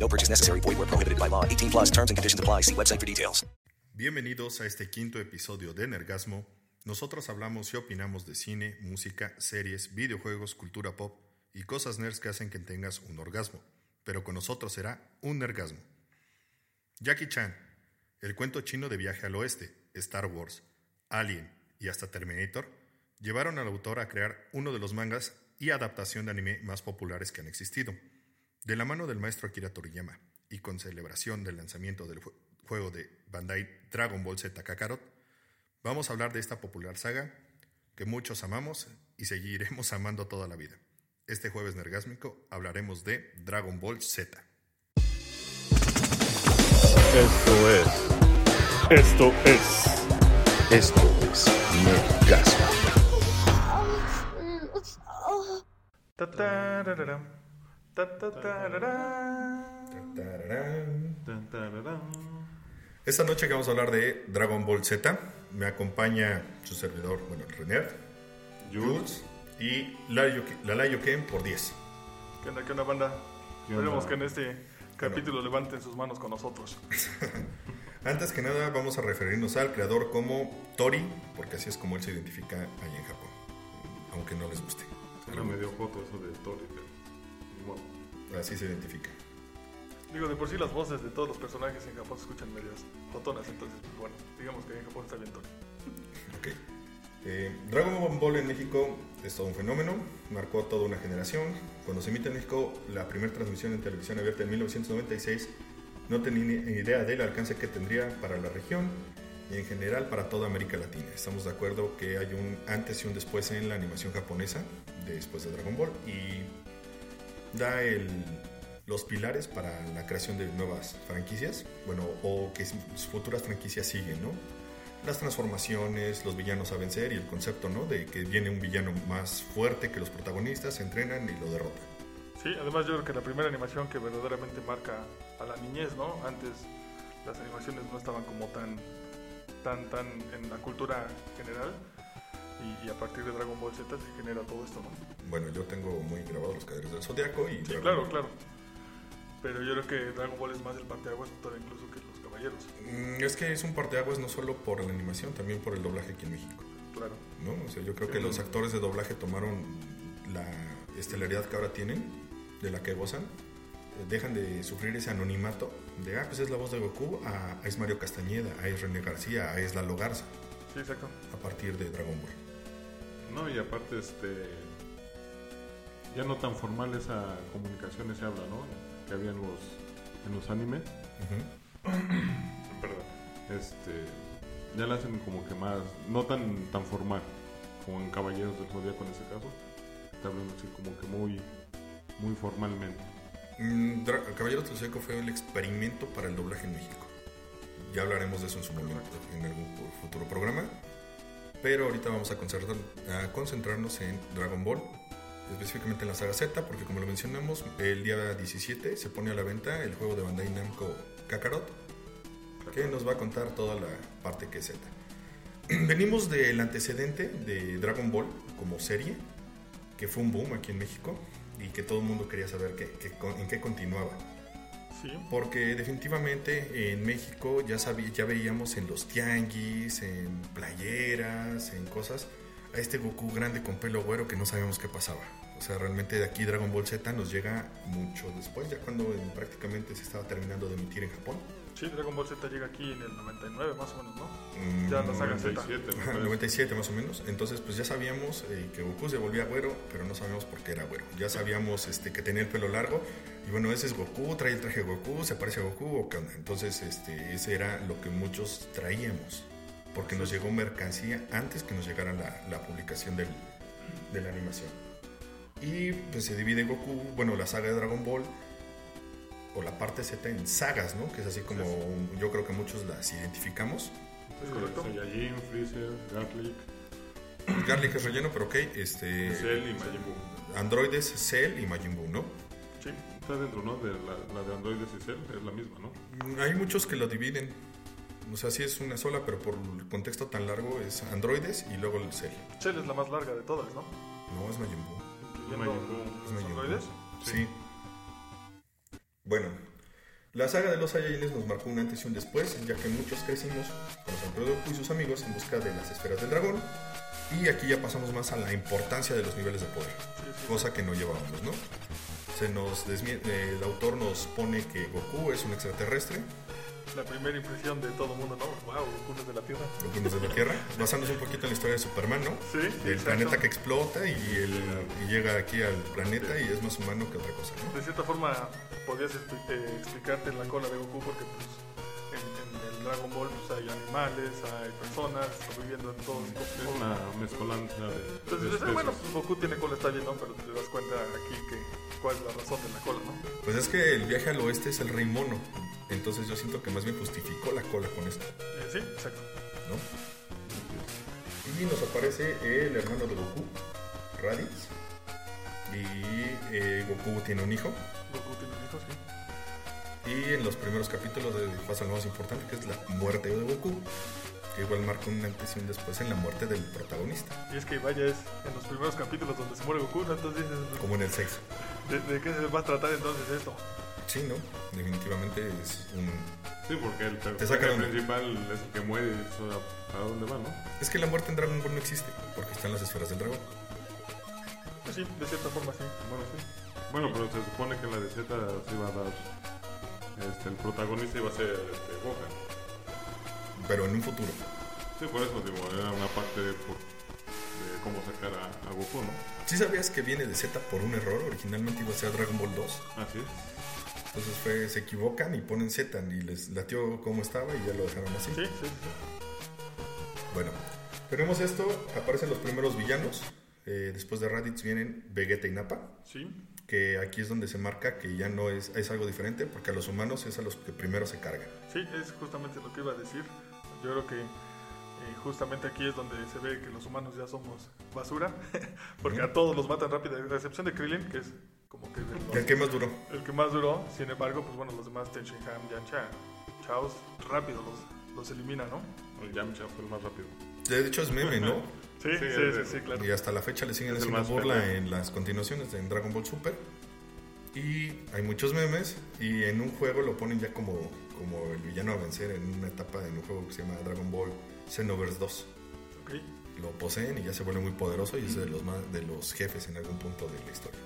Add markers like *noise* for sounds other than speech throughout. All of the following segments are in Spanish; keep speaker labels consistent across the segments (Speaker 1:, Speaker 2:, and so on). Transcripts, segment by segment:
Speaker 1: No purchase necessary. Void where prohibited by law. 18 plus terms and conditions apply. See website for details.
Speaker 2: Bienvenidos a este quinto episodio de Nergasmo. Nosotros hablamos y opinamos de cine, música, series, videojuegos, cultura pop y cosas nerds que hacen que tengas un orgasmo. Pero con nosotros será un nergasmo. Jackie Chan, el cuento chino de viaje al oeste, Star Wars, Alien y hasta Terminator llevaron al autor a crear uno de los mangas y adaptación de anime más populares que han existido. De la mano del maestro Akira Toriyama y con celebración del lanzamiento del jue- juego de Bandai Dragon Ball Z Kakarot, vamos a hablar de esta popular saga que muchos amamos y seguiremos *laughs* amando toda la vida. Este jueves nergásmico hablaremos de Dragon Ball Z.
Speaker 3: Esto es. Esto es.
Speaker 4: Esto es Nergasmo.
Speaker 3: Tatararam, tatatararam, tantararán.
Speaker 2: Esta noche que vamos a hablar de Dragon Ball Z, me acompaña su servidor, bueno, René, Jules y Lalayo Ken por 10.
Speaker 3: ¿Qué onda, qué onda, banda? Esperemos que en este capítulo levanten sus manos con nosotros.
Speaker 2: Antes que nada, vamos a referirnos al creador como Tori, porque así es como él se identifica ahí en Japón, aunque no les guste.
Speaker 5: Era medio foto eso de Tori, pero ni modo.
Speaker 2: Así se identifica.
Speaker 3: Digo, de por sí las voces de todos los personajes en Japón se escuchan medias botonas, entonces, pues, bueno, digamos que en Japón está bien Tony.
Speaker 2: Ok. Eh, Dragon Ball en México es todo un fenómeno, marcó a toda una generación. Cuando se emite en México la primera transmisión en televisión abierta en 1996, no tenía ni idea del alcance que tendría para la región y en general para toda América Latina. Estamos de acuerdo que hay un antes y un después en la animación japonesa, después de Dragon Ball, y da el- los pilares para la creación de nuevas franquicias, bueno, o que sus futuras franquicias siguen, ¿no? las transformaciones, los villanos a vencer y el concepto, ¿no? De que viene un villano más fuerte que los protagonistas, se entrenan y lo derrotan.
Speaker 3: Sí, además yo creo que la primera animación que verdaderamente marca a la niñez, ¿no? Antes las animaciones no estaban como tan, tan, tan en la cultura general. Y, y a partir de Dragon Ball Z se genera todo esto, ¿no?
Speaker 2: Bueno, yo tengo muy grabados los caderos del zodiaco y.
Speaker 3: Sí, claro, claro. Pero yo creo que Dragon Ball es más el parteaguas todavía incluso que los caballeros.
Speaker 2: Mm, Es que es un parteaguas no solo por la animación, también por el doblaje aquí en México,
Speaker 3: Claro.
Speaker 2: ¿no? O sea, yo creo que los actores de doblaje tomaron la estelaridad que ahora tienen, de la que gozan. eh, Dejan de sufrir ese anonimato de, ah, pues es la voz de Goku, ah, es Mario Castañeda, ah, es René García, ah, es Lalo Garza,
Speaker 3: Sí, exacto.
Speaker 2: a partir de Dragon Ball.
Speaker 5: No, y aparte, este. Ya no tan formal esa comunicación, ese habla, ¿no? Que había en los, en los animes.
Speaker 2: Ujú.
Speaker 3: *coughs*
Speaker 5: Perdón. Este. Ya la hacen como que más. No tan, tan formal. Como en Caballeros del Zodíaco en ese caso. Te hablan así como que muy. Muy formalmente.
Speaker 2: Mm, Dra- Caballeros del Zodíaco fue el experimento para el doblaje en México. Ya hablaremos de eso en su momento, en algún fu- futuro programa. Pero ahorita vamos a, concentrar- a concentrarnos en Dragon Ball, específicamente en la saga Z, porque como lo mencionamos, el día 17 se pone a la venta el juego de Bandai Namco Kakarot, que nos va a contar toda la parte que es Z. *clears throat* Venimos del antecedente de Dragon Ball como serie, que fue un boom aquí en México y que todo el mundo quería saber qué- qué con- en qué continuaba.
Speaker 3: Sí.
Speaker 2: Porque definitivamente en México ya, sabi- ya veíamos en los tianguis, en playeras, en cosas, a este Goku grande con pelo güero que no sabíamos qué pasaba. O sea, realmente de aquí Dragon Ball Z nos llega mucho después, ya cuando eh, prácticamente se estaba terminando de emitir en Japón.
Speaker 3: Sí, Dragon Ball Z llega aquí en el 99 más o menos, ¿no? ya la saga Z.
Speaker 5: 97, me
Speaker 2: Ajá,
Speaker 5: parece.
Speaker 2: 97 más o menos. Entonces, pues ya sabíamos eh, que Goku se volvía güero, pero no sabíamos por qué era güero. Ya sabíamos este, que tenía el pelo largo. Y bueno, ese es Goku, trae el traje de Goku, se parece a Goku o qué onda. Entonces, este, ese era lo que muchos traíamos. Porque nos llegó mercancía antes que nos llegara la, la publicación del- de la animación. Y pues se divide Goku, bueno, la saga de Dragon Ball o la parte Z en sagas, ¿no? Que es así como un- yo creo que muchos las identificamos.
Speaker 3: ¿Es correcto?
Speaker 5: Saiyajin, Freezer, Gatlick,
Speaker 2: Garlic es relleno, pero ok, este...
Speaker 5: Cell y Majin Buu.
Speaker 2: Androides, Cell y Majin Buu, ¿no?
Speaker 5: Sí, está dentro, ¿no? De la, la de androides y Cell es la misma, ¿no?
Speaker 2: Hay muchos que lo dividen. O sea, sí es una sola, pero por el contexto tan largo es androides y luego el Cell.
Speaker 3: Shell es la más larga de todas, ¿no?
Speaker 2: No, es Majin Buu.
Speaker 3: Incluyendo
Speaker 5: Majin Buu.
Speaker 2: Es
Speaker 3: los
Speaker 2: Majin Buu.
Speaker 3: androides.
Speaker 2: Sí. Bueno, la saga de los Saiyajines nos marcó un antes y un después, ya que muchos crecimos con los Emperador Goku y sus amigos en busca de las esferas del dragón. Y aquí ya pasamos más a la importancia de los niveles de poder, cosa que no llevábamos, ¿no? Se nos desmie- eh, el autor nos pone que Goku es un extraterrestre,
Speaker 3: La primera impresión de todo mundo, ¿no? ¡Wow! Goku es de la Tierra.
Speaker 2: Goku no es de la
Speaker 3: *laughs*
Speaker 2: Tierra, basándose un poquito en la historia de Superman, ¿no?
Speaker 3: Sí,
Speaker 2: Del
Speaker 3: exacto.
Speaker 2: planeta que explota y, el- y llega aquí al planeta y es más humano que otra cosa, ¿no?
Speaker 3: De cierta forma, podías expli- eh, explicarte la cola de Goku porque, pues, en, en el Dragon Ball pues, hay animales, hay personas viviendo en todos.
Speaker 5: Es una mezcolanza de. de
Speaker 3: Entonces, dices,
Speaker 5: especies.
Speaker 3: "Ah, bueno, pues Goku tiene cola, está bien, ¿no? Pero te das cuenta aquí que cuál es la razón de la cola, ¿no?
Speaker 2: Pues es que el viaje al oeste es el rey mono. Entonces yo siento que más bien justificó la cola con esto,
Speaker 3: Eh, sí, exacto.
Speaker 2: ¿no? Y nos aparece el hermano de Goku, Raditz. Y eh, Goku tiene un hijo.
Speaker 3: Goku tiene un hijo, sí.
Speaker 2: Y en los primeros capítulos eh, pasa lo más importante, que es la muerte de Goku. Que igual marca un antes y un después en la muerte del protagonista,
Speaker 3: Y es que vaya, es en los primeros capítulos donde se muere Goku, ¿no? Entonces dices,
Speaker 2: como en el sexo.
Speaker 3: ¿de, de qué se va a tratar entonces esto?
Speaker 2: Sí, ¿no? Definitivamente es un
Speaker 5: Sí, porque el
Speaker 2: Te sacan
Speaker 5: personaje
Speaker 2: un-
Speaker 5: principal es el que muere, es a, a dónde va, ¿no?
Speaker 2: Es que la muerte en Dragon Ball no existe, porque están las esferas del dragón.
Speaker 3: Pues sí, de cierta forma sí.
Speaker 5: Bueno, sí. Bueno, pero se supone que en la de Z se iba a dar. Este, el protagonista iba a ser este, Gohan.
Speaker 2: Pero en un futuro.
Speaker 5: Sí, por eso digo, era una parte de, por- de cómo sacar a, a Goku, ¿no?
Speaker 2: ¿Sí sabías que viene de Z por un error? Originalmente iba a ser Dragon Ball 2.
Speaker 5: Así es.
Speaker 2: Entonces fue, se equivocan y ponen Z y les latió como estaba y ya lo dejaron así.
Speaker 3: Sí, sí, sí.
Speaker 2: Bueno, tenemos esto, aparecen los primeros villanos. Eh, después de Raditz vienen Vegeta y Nappa,
Speaker 3: Sí,
Speaker 2: que aquí es donde se marca que ya no es, es algo diferente, porque a los humanos es a los que primero se cargan.
Speaker 3: Sí, es justamente lo que iba a decir. Yo creo que eh, justamente aquí es donde se ve que los humanos ya somos basura, *laughs* porque a todos los matan rápido, a excepción de Krillin, que es como que de los-
Speaker 2: El que más duró.
Speaker 3: el que más duró. Sin embargo, pues bueno, los demás, Ten Shinhan, Yamcha, Chaos, rápido los, los elimina, ¿no?
Speaker 5: El Yamcha fue el pues, más rápido.
Speaker 2: De hecho es meme, ¿no?
Speaker 3: Sí, sí, sí,
Speaker 5: es
Speaker 3: sí,
Speaker 5: el-
Speaker 3: claro.
Speaker 2: Y hasta la fecha le siguen
Speaker 5: Es el
Speaker 2: haciendo
Speaker 5: más
Speaker 2: burla
Speaker 5: peleado.
Speaker 2: en las continuaciones de en Dragon Ball Super. Y hay muchos memes. Y en un juego lo ponen ya como, como el villano a vencer en una etapa en un juego que se llama Dragon Ball Xenoverse 2.
Speaker 3: Ok.
Speaker 2: Lo poseen y ya se vuelve muy poderoso y es de los, ma- de los jefes en algún punto de la
Speaker 5: *laughs*
Speaker 2: historia.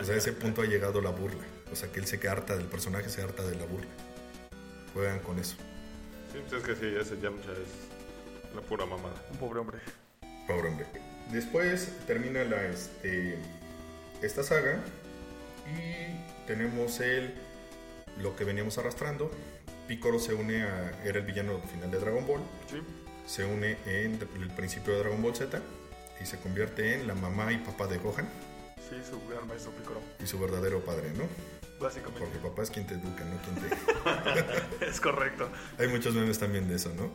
Speaker 2: O sea, a ese punto ha llegado la burla. O sea, que él se harta del personaje, se harta de la burla. Juegan con eso.
Speaker 5: Sí, pues es que sí, ese Yamcha es la pura mamada.
Speaker 3: Un pobre hombre.
Speaker 2: Pobre hombre. Después termina la, este, esta saga y tenemos el lo que veníamos arrastrando. Picoro se une a era el villano final de Dragon Ball,
Speaker 3: Sí,
Speaker 2: se une en el principio de Dragon Ball Z y se convierte en la mamá y papá de Gohan
Speaker 3: sí, su gran maestro Piccolo,
Speaker 2: y su verdadero padre, ¿no?
Speaker 3: básicamente.
Speaker 2: Porque papá es quien te educa, no quien te.
Speaker 3: *laughs* Es correcto.
Speaker 2: Hay muchos memes también de eso, ¿no?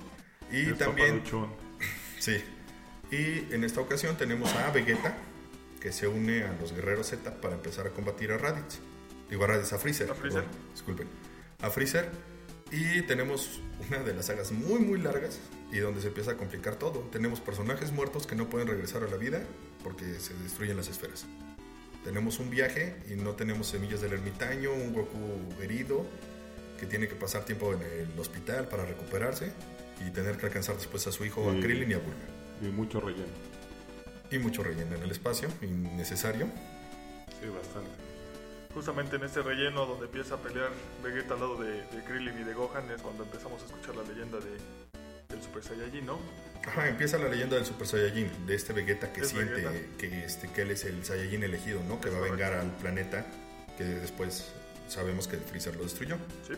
Speaker 2: Y
Speaker 5: El
Speaker 2: también
Speaker 5: papaluchón.
Speaker 2: Sí. Y en esta ocasión tenemos a Vegeta, que se une a los guerreros Z para empezar a combatir a Raditz. Digo a Raditz, a Freezer.
Speaker 3: A Freezer.
Speaker 2: perdón, disculpen. A Freezer. Y tenemos una de las sagas muy, muy largas y donde se empieza a complicar todo. Tenemos personajes muertos que no pueden regresar a la vida porque se destruyen las esferas. Tenemos un viaje y no tenemos semillas del ermitaño, un Goku herido que tiene que pasar tiempo en el hospital para recuperarse y tener que alcanzar después a su hijo, a
Speaker 3: Mm.
Speaker 5: Y-
Speaker 2: Krillin y a Bulma
Speaker 5: Y mucho relleno.
Speaker 2: y mucho relleno en el espacio, innecesario.
Speaker 5: Sí, bastante.
Speaker 3: Justamente en este relleno donde empieza a pelear Vegeta al lado de, de Krillin y de Gohan es cuando empezamos a escuchar la leyenda de, del Super Saiyajin, ¿no?
Speaker 2: Ajá, empieza la leyenda del Super Saiyajin, de este Vegeta que
Speaker 3: Es
Speaker 2: siente
Speaker 3: Vegeta.
Speaker 2: Que, este, que él es el Saiyajin elegido, ¿no? Que va a vengar al planeta, que después sabemos que Freezer lo destruyó.
Speaker 3: Sí,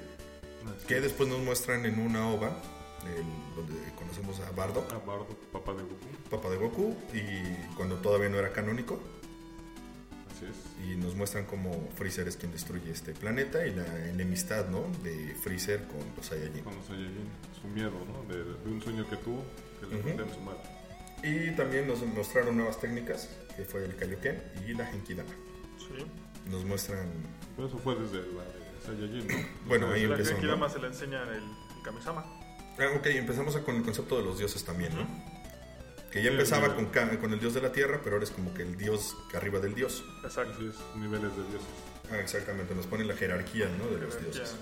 Speaker 2: Que después nos muestran en una ova, el- donde conocemos a Bardock,
Speaker 5: A Bardo, Ah, papá de Goku.
Speaker 2: papá de Goku, y cuando todavía no era canónico.
Speaker 5: Así es.
Speaker 2: y nos muestran cómo Freezer es quien destruye este planeta y la enemistad, ¿no? De Freezer con los Saiyajin.
Speaker 5: Cuando Saiyajin, su miedo, ¿no? De, de un sueño que tuvo, que le
Speaker 2: Ujú.
Speaker 5: conté a su madre.
Speaker 2: Y también nos mostraron nuevas técnicas, que fue el Kaioken y la Genkidama.
Speaker 3: Sí.
Speaker 2: Nos muestran...
Speaker 5: Pero eso fue desde la de Saiyajin, ¿no?
Speaker 2: Bueno, ahí
Speaker 3: La
Speaker 2: empezó,
Speaker 3: Genkidama
Speaker 2: ¿no?
Speaker 3: se le enseña el, el Kamisama.
Speaker 2: Ah, ok, empezamos con el concepto de los dioses también, ¿no? Que ya
Speaker 5: Sí,
Speaker 2: empezaba
Speaker 5: sí.
Speaker 2: con, Ka- con el dios de la tierra, pero ahora es como que el dios que arriba del dios.
Speaker 3: Exacto.
Speaker 5: Así es, niveles de dioses.
Speaker 2: Ah, exactamente, nos ponen la jerarquía, ¿no? De los
Speaker 3: Jerarquía.
Speaker 2: dioses.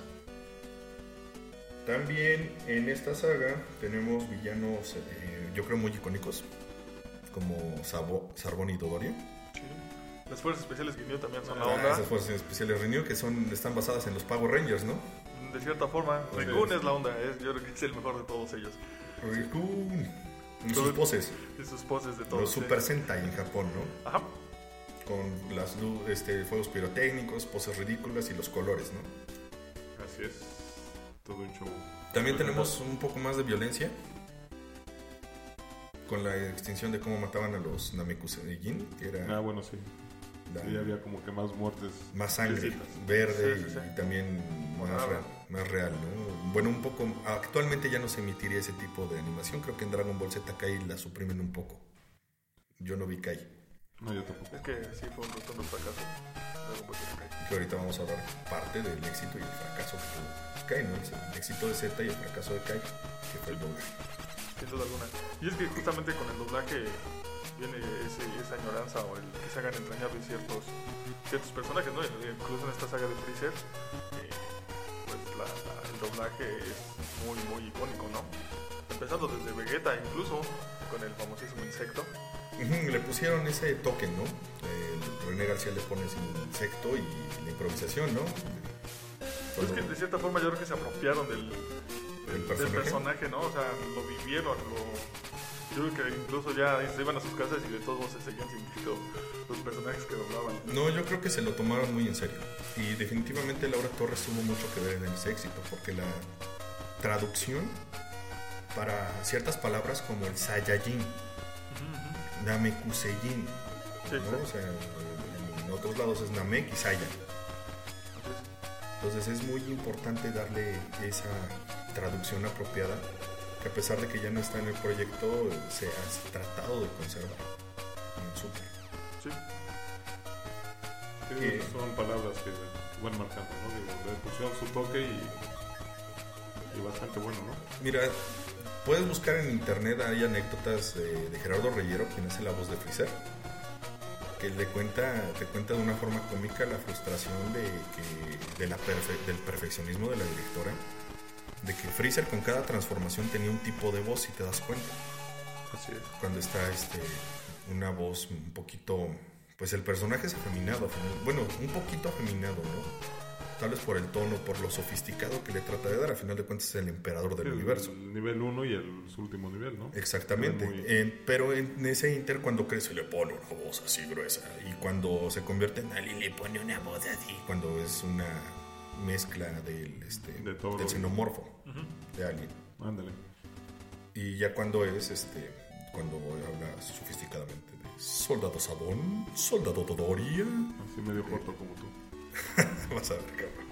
Speaker 2: También en esta saga tenemos villanos, eh, yo creo, muy icónicos, como Sabo, Sarbón y Dodorio.
Speaker 3: Sí. Las fuerzas especiales que también son la
Speaker 2: Ah,
Speaker 3: onda.
Speaker 2: esas fuerzas especiales Renew que son, están basadas en los Power Rangers, ¿no?
Speaker 3: De cierta forma,
Speaker 2: Así
Speaker 3: Rikun
Speaker 2: es.
Speaker 3: es la onda. Es, yo creo que es el mejor de todos ellos.
Speaker 2: Rikun. Y sus poses,
Speaker 3: Y sus poses de todos.
Speaker 2: los
Speaker 3: sí.
Speaker 2: Super Sentai en Japón, ¿no?
Speaker 3: Ajá.
Speaker 2: Con las lu- este, fuegos pirotécnicos, poses ridículas y los colores, ¿no?
Speaker 5: Así es, todo un show.
Speaker 2: También tenemos un poco más de violencia con la extinción de cómo mataban a los Namekusei, que
Speaker 5: Ah,
Speaker 2: era
Speaker 5: bueno, sí.
Speaker 2: la-
Speaker 5: Sí, había como que más muertes.
Speaker 2: más sangre,
Speaker 5: Explícitas.
Speaker 2: verde
Speaker 3: Sí, Ah, sí, sí.
Speaker 2: y también más,
Speaker 3: Morada.
Speaker 2: real, más real, ¿no? Bueno, un poco, actualmente ya no se emitiría ese tipo de animación, creo que en Dragon Ball Z Kai la suprimen un poco. Yo no vi Kai,
Speaker 5: No, yo tampoco.
Speaker 3: Es que sí fue un rotundo fracaso. pues, Dragon Ball Z Kai.
Speaker 2: que ahorita vamos a hablar parte del éxito y el fracaso de Kai, ¿no? El éxito de Z y el fracaso de Kai, que fue el doblaje.
Speaker 3: Sin duda alguna. Y es que justamente con el doblaje viene ese- esa añoranza o el que se hagan entrañables ciertos, ciertos personajes, ¿no? Incluso en esta saga de Freezer, eh, pues la- la- el doblaje es muy, muy icónico, ¿no? Empezando desde Vegeta incluso, con el famosísimo insecto.
Speaker 2: Ujú, Le pusieron ese toque, ¿no? El René García le pone ese insecto y la improvisación, ¿no? Fue
Speaker 3: Pues Es que
Speaker 2: lo-
Speaker 3: de cierta forma yo creo que se apropiaron del,
Speaker 2: ¿Del
Speaker 3: del
Speaker 2: personaje?
Speaker 3: personaje? ¿no? O sea, lo vivieron, lo... Yo creo que incluso ya se iban a sus casas y de todos modos se seguían sintiendo los personajes que doblaban.
Speaker 2: No, yo creo que se lo tomaron muy en serio. Y definitivamente Laura Torres tuvo mucho que ver en ese éxito, porque la traducción para ciertas palabras como el Saiyajin, Namekuseyin,
Speaker 3: Sí,
Speaker 2: ¿no?
Speaker 3: sí.
Speaker 2: O sea, en- en otros lados es Namek y Saya. Entonces es muy importante darle esa traducción apropiada, que a pesar de que ya no está en el proyecto, eh, se ha tratado de conservar en el Super.
Speaker 3: Sí.
Speaker 5: Sí,
Speaker 2: ¿Qué?
Speaker 5: Son palabras que van marcando, ¿no? Digo, le pusieron su toque y, y bastante bueno, ¿no?
Speaker 2: Mira, puedes buscar en internet, hay anécdotas eh, de Gerardo Reyero, quien hace la voz de Freezer, que le cuenta, te cuenta de una forma cómica la frustración de, que, de la perfe- del perfeccionismo de la directora, de que Freezer con cada transformación tenía un tipo de voz, si te das cuenta.
Speaker 3: Así es.
Speaker 2: cuando está este una voz un poquito pues el personaje es afeminado afemi- bueno un poquito afeminado no tal vez por el tono por lo sofisticado que le trata de dar a final de cuentas es el emperador del
Speaker 5: El
Speaker 2: universo Eh.
Speaker 5: nivel 1 y el su último nivel, ¿no?
Speaker 2: exactamente
Speaker 5: Muy-
Speaker 2: En- pero en ese inter cuando crece le pone una voz así gruesa y cuando se convierte en Ali le pone una voz así cuando es una mezcla del este
Speaker 5: De todo
Speaker 2: del
Speaker 5: lo-
Speaker 2: xenomorfo de Alien
Speaker 5: Ándale.
Speaker 2: y ya cuando es, este, cuando habla sofisticadamente de soldado Sabón, soldado Dodoria, *laughs*
Speaker 5: Así
Speaker 2: Eh.
Speaker 5: medio corto como tú.
Speaker 2: vas a ver, cabrón.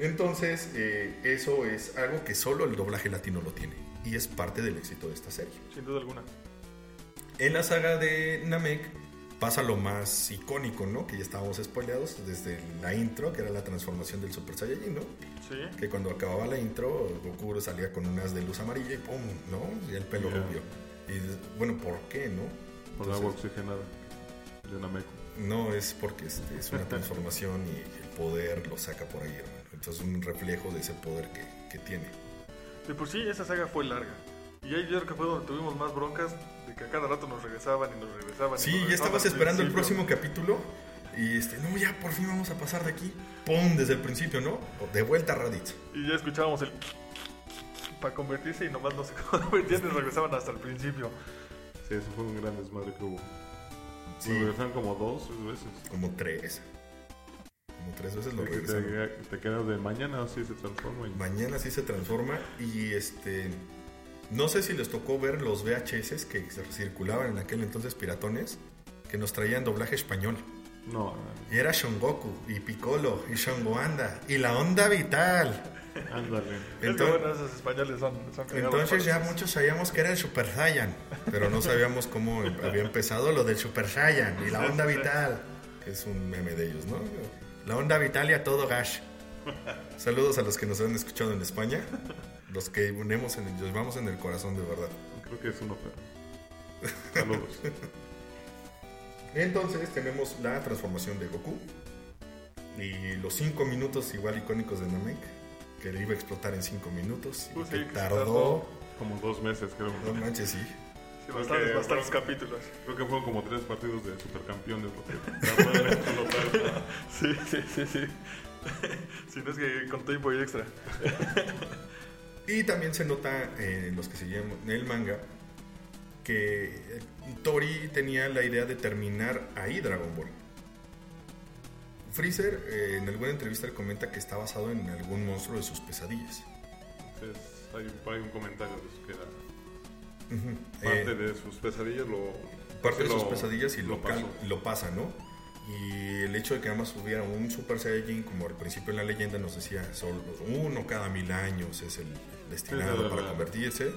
Speaker 2: Entonces, eh, eso es algo que solo el doblaje latino lo tiene y es parte del éxito de esta serie.
Speaker 3: Sin duda alguna.
Speaker 2: En la saga de Namek pasa lo más icónico, ¿no? Que ya estábamos spoileados desde la intro, que era la transformación del Super Saiyajin, ¿no?
Speaker 3: Sí.
Speaker 2: Que cuando acababa la intro, Goku salía con unas de luz amarilla y ¡pum! ¿no? Y el pelo
Speaker 5: Ya.
Speaker 2: rubio. Y dices, bueno, ¿por qué, no?
Speaker 5: Con
Speaker 2: Entonces,
Speaker 5: agua oxigenada de Nameco.
Speaker 2: No, es porque este, es
Speaker 3: *laughs*
Speaker 2: una transformación y el poder lo saca por ahí, hermano. Entonces, un reflejo de ese poder que, que tiene.
Speaker 3: De por pues sí, esa saga fue larga. Y ahí yo creo que fue donde tuvimos más broncas de que a cada rato nos regresaban y nos regresaban. y nos
Speaker 2: Sí, ya
Speaker 3: regresaban
Speaker 2: estabas
Speaker 3: al
Speaker 2: esperando el próximo
Speaker 3: principio.
Speaker 2: capítulo y este, no, ya por fin vamos a pasar de aquí. ¡Pum! Desde el principio, ¿no? De vuelta a Raditz.
Speaker 3: Y ya escuchábamos el. Para convertirse y nomás no se *laughs* convertían y regresaban hasta el principio.
Speaker 5: Sí, eso fue un gran desmadre que hubo.
Speaker 2: Sí.
Speaker 5: Nos regresaron como dos, tres veces.
Speaker 2: Como tres. Como tres veces lo
Speaker 5: Que
Speaker 2: regresaron.
Speaker 5: Te, te quedas de mañana o sí se transforma. y-
Speaker 2: Mañana sí se transforma y este. No sé si les tocó ver los VHS que circulaban en aquel entonces piratones que nos traían doblaje español.
Speaker 5: No,
Speaker 2: Y era Shongoku, y Piccolo, y Shongoanda, y la onda vital.
Speaker 5: ándale.
Speaker 3: Es que
Speaker 2: Entonces-
Speaker 3: bueno, esos españoles son, son cagados
Speaker 2: Entonces ya
Speaker 3: para-
Speaker 2: muchos sabíamos que era el Super Saiyan, pero no sabíamos cómo em, había empezado lo del Super Saiyan
Speaker 3: *laughs*
Speaker 2: y la onda vital, que es un meme de ellos, ¿no? La onda vital y a todo gash. Saludos a los que nos han escuchado en España, los que unemos en, llevamos en el corazón de verdad.
Speaker 5: Creo que es uno pero.
Speaker 2: *laughs*
Speaker 5: Saludos.
Speaker 2: Entonces tenemos la transformación de Goku y los 5 minutos igual icónicos de Namek, que le iba a explotar en 5 minutos y
Speaker 3: Pues
Speaker 2: que
Speaker 3: sí, que
Speaker 2: tardó,
Speaker 3: tardó.
Speaker 5: Como dos meses, creo.
Speaker 2: no manches, sí.
Speaker 3: Sí, bastantes,
Speaker 5: Porque-
Speaker 3: bastantes capítulos.
Speaker 5: Creo que fueron como tres partidos de supercampeones lo que tardó en explotar.
Speaker 3: Sí, sí, sí, sí. *laughs* si no es que con tiempo y extra.
Speaker 2: Y también se nota eh, en los que seguían el manga que eh, Tori tenía la idea de terminar ahí Dragon Ball. Freezer eh, en alguna entrevista le comenta que está basado en algún monstruo de sus pesadillas.
Speaker 5: Entonces, hay, un- hay un comentario de eso que era
Speaker 2: Eh,
Speaker 5: parte de sus pesadillas. Lo,
Speaker 2: parte de
Speaker 5: lo-
Speaker 2: sus pesadillas y lo, cal-
Speaker 5: pasó.
Speaker 2: lo pasa, ¿no? Y el hecho de que además hubiera un Super Saiyajin, como al principio en la leyenda nos decía, solo uno cada mil años es el destinado
Speaker 5: Sí, sí, sí,
Speaker 2: para
Speaker 5: sí.
Speaker 2: convertirse.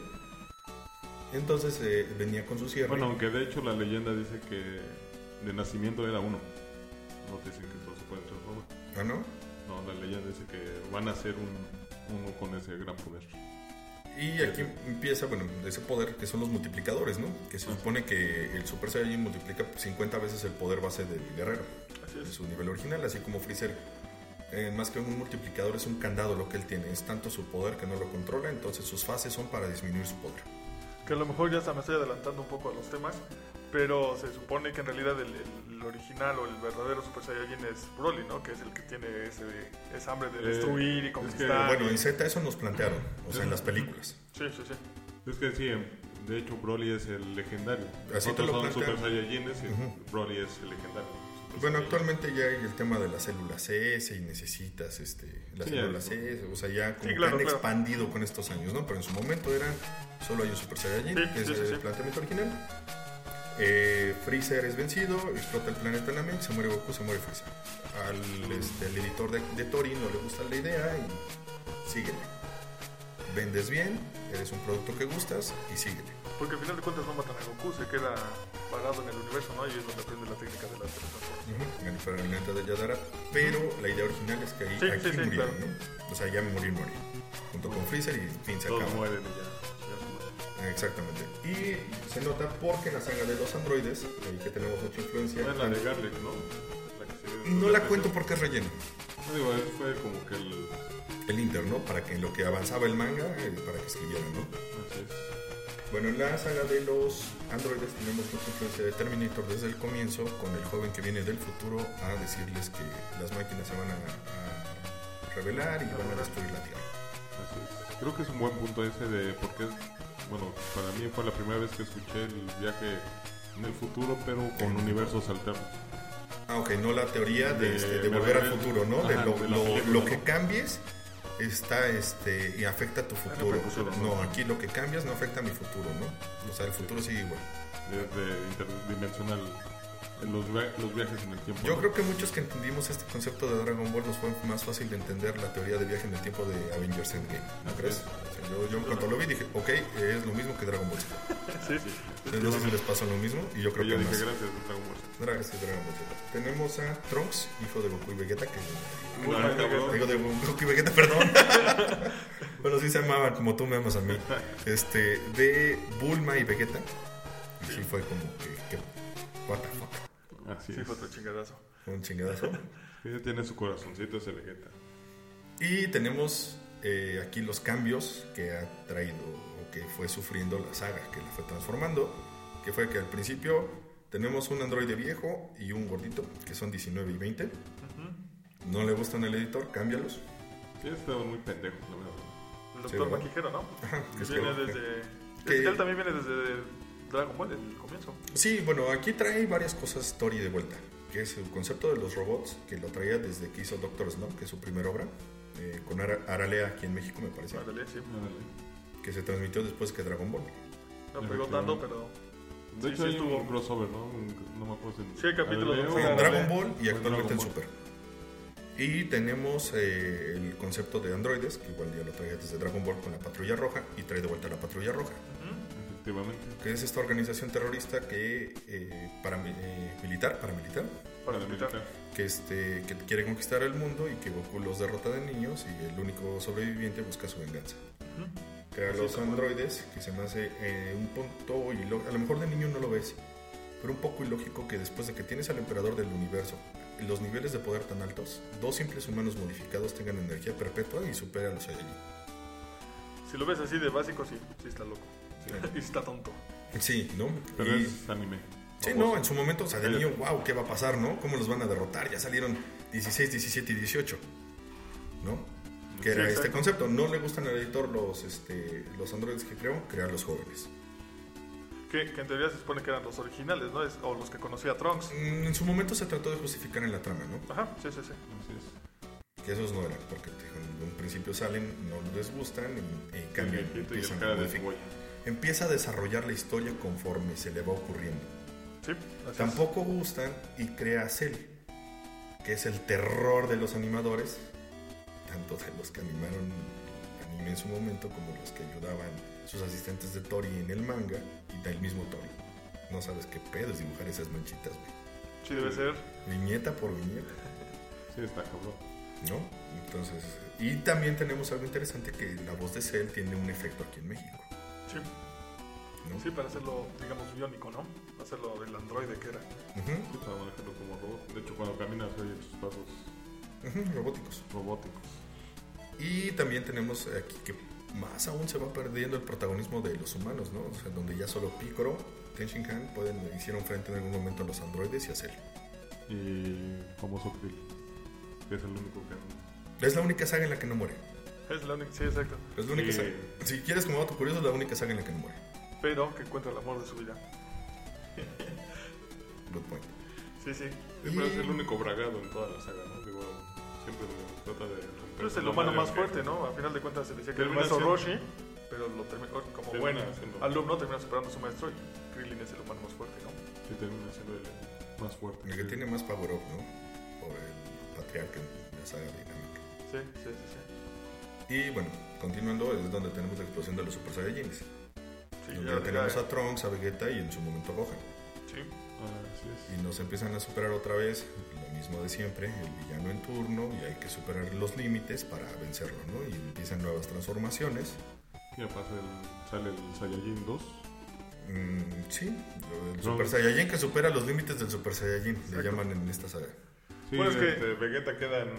Speaker 2: Entonces eh, venía con su cierre.
Speaker 5: Bueno, aunque de hecho la leyenda dice que de nacimiento era uno. No te dicen que todos se pueden transformar.
Speaker 2: ¿Ah, no?
Speaker 5: No, la leyenda dice que van a ser un, uno con ese gran poder.
Speaker 2: Y aquí empieza, bueno, ese poder que son los multiplicadores, ¿no? Que se supone que el Super Saiyajin multiplica 50 veces el poder base del guerrero.
Speaker 3: Así
Speaker 2: En
Speaker 3: es.
Speaker 2: su nivel original, así como Freezer. eh, más que un multiplicador es un candado lo que él tiene. Es tanto su poder que no lo controla, entonces sus fases son para disminuir su poder.
Speaker 3: Que a lo mejor ya hasta me estoy adelantando un poco a los temas, pero se supone que en realidad el, el original o el verdadero Super Saiyajin es Broly, ¿no? Que es el que tiene ese, esa hambre de
Speaker 5: Eh,
Speaker 3: destruir
Speaker 5: es
Speaker 3: y
Speaker 5: que,
Speaker 3: conquistar.
Speaker 2: Bueno, en Z eso nos plantearon, o sea, en las películas.
Speaker 3: Sí, sí, sí.
Speaker 5: Es que sí, em, de hecho Broly es el legendario.
Speaker 2: Así te lo
Speaker 5: Nosotros son
Speaker 2: plantean.
Speaker 5: Super Saiyajines y Broly es el legendario. Super
Speaker 2: Pues Bueno,
Speaker 5: Saiyajin.
Speaker 2: actualmente ya hay el tema de las células S y necesitas este, las
Speaker 5: Sí, ya.
Speaker 2: células S, o sea, ya como
Speaker 3: Sí, claro,
Speaker 2: que han
Speaker 3: claro.
Speaker 2: expandido con estos años, ¿no? Pero en su momento era solo hay un Super Saiyajin,
Speaker 3: Sí,
Speaker 2: que es
Speaker 3: sí, sí,
Speaker 2: el
Speaker 3: sí.
Speaker 2: planteamiento original. Eh, Freezer es vencido, explota el planeta Namek, se muere Goku, se muere Freezer. Al este, el editor de, de Tori no le gusta la idea y síguele. Vendes bien, eres un producto que gustas y síguele.
Speaker 3: Porque al final de cuentas no matan a Goku, se queda vagado en el universo, ¿no? Y es donde aprende la técnica de la teletransportación.
Speaker 2: en el planeta de Yadara, pero la idea original es que ahí,
Speaker 3: Sí,
Speaker 2: aquí
Speaker 3: sí, sí,
Speaker 2: murieron,
Speaker 3: claro.
Speaker 2: ¿no? O sea, ya morir, morir. Junto con Freezer y fin, se
Speaker 5: Todos
Speaker 2: acaba.
Speaker 5: mueren y ya. ya se mueren.
Speaker 2: Exactamente. Y se nota porque en la saga de los androides, ahí que tenemos mucha influencia.
Speaker 5: No es la de Garlic, ¿no? La que se ve-
Speaker 2: No la cuento porque es relleno.
Speaker 5: No, digo, eso fue como que el.
Speaker 2: El Inter, ¿no? Para que en lo que avanzaba el manga, eh, para que escribieran, ¿no?
Speaker 5: Así es.
Speaker 2: Bueno, en la saga de los androides tenemos mucha influencia de Terminator desde el comienzo, con el joven que viene del futuro a decirles que las máquinas se van a, a revelar y van a destruir la Tierra.
Speaker 5: Así es. Creo que es un buen punto ese de porque es, bueno, para mí fue la primera vez que escuché el viaje en el futuro, pero con universos alternos.
Speaker 2: Ah, ok, no la teoría de,
Speaker 5: De-
Speaker 2: este, de volver al
Speaker 5: de-
Speaker 2: futuro, ¿no? de
Speaker 5: ajá,
Speaker 2: lo,
Speaker 5: de la
Speaker 2: lo-
Speaker 5: película,
Speaker 2: lo
Speaker 5: ¿no?
Speaker 2: que cambies está este y afecta a tu futuro.
Speaker 5: repercusiones,
Speaker 2: No,
Speaker 5: ¿no?
Speaker 2: aquí lo que cambias no afecta a mi futuro, ¿no? O sea, el futuro sigue igual.
Speaker 5: Desde interdimensional. Los, via- los viajes en el tiempo.
Speaker 2: Yo
Speaker 5: ¿no?
Speaker 2: creo que muchos que entendimos este concepto de Dragon Ball nos fue más fácil de entender la teoría de viaje en el tiempo de Avengers Endgame, ¿no crees? O sea, yo, yo cuando lo vi dije, ok, es lo mismo que Dragon
Speaker 5: *laughs*
Speaker 2: Ball. Z".
Speaker 3: Sí, sí.
Speaker 2: No sé si les pasó lo mismo y yo creo
Speaker 5: Yo
Speaker 2: que más.
Speaker 5: dije gracias, Dragon Ball.
Speaker 2: Gracias, Dragon Ball. Z. Tenemos a Trunks, hijo de Goku y Vegeta, que
Speaker 3: Muy mal,
Speaker 5: cabrón.
Speaker 3: cabrón.
Speaker 2: Digo de Goku y Vegeta, perdón. *laughs* Pero sí se amaban, como tú me amas a mí. Este, de Bulma y Vegeta. Y sí fue como que, que what the fuck.
Speaker 5: Así
Speaker 3: Sí,
Speaker 5: es.
Speaker 3: fue otro chingadazo.
Speaker 2: Fue un chingadazo.
Speaker 5: Ese tiene su corazoncito ese Vegeta.
Speaker 2: Y tenemos eh, aquí los cambios que ha traído o que fue sufriendo la saga, que la fue transformando. Que fue que al principio tenemos un androide viejo y un gordito, que son 19 y 20. No le gustan al editor, cámbialos.
Speaker 5: Sí, estaban muy pendejos, la verdad.
Speaker 3: El
Speaker 2: Sí,
Speaker 3: doctor
Speaker 2: ¿verdad?
Speaker 3: Maquijero, ¿no?
Speaker 2: Ajá, que
Speaker 3: Que
Speaker 2: es
Speaker 3: viene
Speaker 2: que-
Speaker 3: desde.
Speaker 2: que-
Speaker 3: es que él también viene desde Dragon Ball, el comienzo.
Speaker 2: Sí, bueno, aquí trae varias cosas Tori de vuelta, que es el concepto de los robots, que lo traía desde que hizo Doctor Snow, que es su primera obra, eh, con Ara- Aralea aquí en México, me parece,
Speaker 3: Ándale, sí.
Speaker 5: Ándale.
Speaker 2: que se transmitió después que Dragon Ball.
Speaker 3: No pegó tanto, pero
Speaker 5: De
Speaker 3: Sí,
Speaker 5: hecho,
Speaker 3: sí
Speaker 5: hay
Speaker 3: estuvo.
Speaker 5: un crossover, ¿no? Un- No me acuerdo si en-
Speaker 3: Sí, hay capítulos
Speaker 5: Galileo
Speaker 3: donde
Speaker 5: o-
Speaker 3: se
Speaker 2: en Dragon Ball
Speaker 5: o
Speaker 2: y actualmente en
Speaker 5: Dragon Ball.
Speaker 2: Super. Y tenemos eh, el concepto de androides, que igual ya lo traía desde Dragon Ball con la patrulla roja y trae de vuelta la patrulla roja,
Speaker 5: Efectivamente.
Speaker 2: que es esta organización terrorista que eh, paramil- eh, militar, paramilitar,
Speaker 3: Para militar.
Speaker 2: que, este, que quiere conquistar el mundo y que Goku los derrota de niños y el único sobreviviente busca su venganza. Crea los androides, que se me hace eh, un punto, ilo- a lo mejor de niño no lo ves, pero un poco ilógico que después de que tienes al emperador del universo, los niveles de poder tan altos, dos simples humanos modificados tengan energía perpetua y supera a los Saiyajin.
Speaker 3: Si lo ves así de básico, sí, sí está loco. *laughs* y está tonto.
Speaker 2: Sí, ¿no?
Speaker 5: Pero
Speaker 2: Y-
Speaker 5: es anime.
Speaker 2: Sí, no, en su momento, o sea, de niño, wow, ¿qué va a pasar, no? ¿Cómo los van a derrotar? Ya salieron 16, 17 y 18, ¿no? Que era
Speaker 3: Sí,
Speaker 2: este
Speaker 3: exacto.
Speaker 2: concepto. No le gustan al editor los, este, los androides que creó, crear los jóvenes.
Speaker 3: Que, que en teoría se supone que eran los originales, ¿no? Es- o los que conocía Trunks.
Speaker 2: Mm, En su momento se trató de justificar en la trama, ¿no?
Speaker 3: Ajá, sí, sí, sí.
Speaker 5: Así es.
Speaker 2: Que esos no eran, porque te digo, en un principio salen, no les gustan y, y
Speaker 5: El
Speaker 2: cambian.
Speaker 5: viejito y
Speaker 2: empiezan
Speaker 5: el
Speaker 2: a
Speaker 5: cara de
Speaker 2: modificar.
Speaker 5: cebolla.
Speaker 2: Empieza a desarrollar la historia conforme se le va ocurriendo.
Speaker 3: Sí, así es.
Speaker 2: Tampoco gustan y crea Cell, que es el terror de los animadores, tanto de los que animaron anime en su momento como los que ayudaban sus asistentes de Tori en el manga y del mismo Tori. No sabes qué pedo es dibujar esas manchitas, güey.
Speaker 3: Sí, debe ser.
Speaker 2: Viñeta por viñeta,
Speaker 5: Sí, está cabrón.
Speaker 2: ¿no? Entonces, y también tenemos algo interesante que la voz de Cell tiene un efecto aquí en México,
Speaker 3: Sí.
Speaker 2: ¿no?
Speaker 3: Sí, para hacerlo, digamos, biónico, ¿no? Hacerlo del androide que era.
Speaker 2: Ujú,
Speaker 5: Sí, para manejarlo como robot. De hecho, cuando caminas, oye tus pasos
Speaker 2: ujú, robóticos.
Speaker 5: robóticos.
Speaker 2: Y también tenemos aquí que más aún se va perdiendo el protagonismo de los humanos, ¿no? O sea, donde ya solo Picoro, Tenshinhan pueden hicieron frente en algún momento a los androides y a Cell.
Speaker 5: Y famoso Krill, que es el único que
Speaker 2: Es la única saga en la que no muere.
Speaker 3: Es la única, sí, exacto.
Speaker 2: Es la única
Speaker 5: Sí.
Speaker 2: saga. Si quieres como dato curioso, es la única saga en la que no muere.
Speaker 3: Pero que encuentra el amor de su vida.
Speaker 2: Blood Point.
Speaker 3: Sí, sí.
Speaker 5: Sí, pero es el único bragado en toda la saga, ¿no? Digo, siempre se trata de romper.
Speaker 3: Pero es el
Speaker 5: la
Speaker 3: humano
Speaker 5: madre
Speaker 3: más
Speaker 5: al que-
Speaker 3: fuerte, ¿no? Al final de cuentas se decía que era el
Speaker 5: Termina
Speaker 3: maestro
Speaker 5: siendo-
Speaker 3: Roshi, pero lo terminó como
Speaker 5: Termina
Speaker 3: buen
Speaker 5: siendo-
Speaker 3: alumno, termina superando a su maestro y Krillin es el humano más fuerte, ¿no?
Speaker 5: Sí, termina siendo el más fuerte.
Speaker 2: El que tiene más power up, ¿no? Por el patriarca en la saga dinámica.
Speaker 3: Sí, sí, sí,
Speaker 2: Y bueno, continuando, es donde tenemos la explosión de los Super Saiyajins.
Speaker 3: sí. Sí,
Speaker 2: donde
Speaker 3: ya-
Speaker 2: ya tenemos
Speaker 3: ya-
Speaker 2: a Trunks, a Vegeta y en su momento a Gohan.
Speaker 3: sí.
Speaker 5: Ah, así es.
Speaker 2: y nos empiezan a superar otra vez lo mismo de siempre, el villano en turno y hay que superar los límites para vencerlo, ¿no? Y empiezan nuevas transformaciones.
Speaker 5: Mira, pasa el, sale el Saiyajin 2.
Speaker 2: Mm, sí, lo del
Speaker 5: No.
Speaker 2: Super Saiyajin que supera los límites del Super Saiyajin, le llaman en esta saga.
Speaker 5: Sí,
Speaker 3: Bueno, es que-
Speaker 5: este, Vegeta queda en,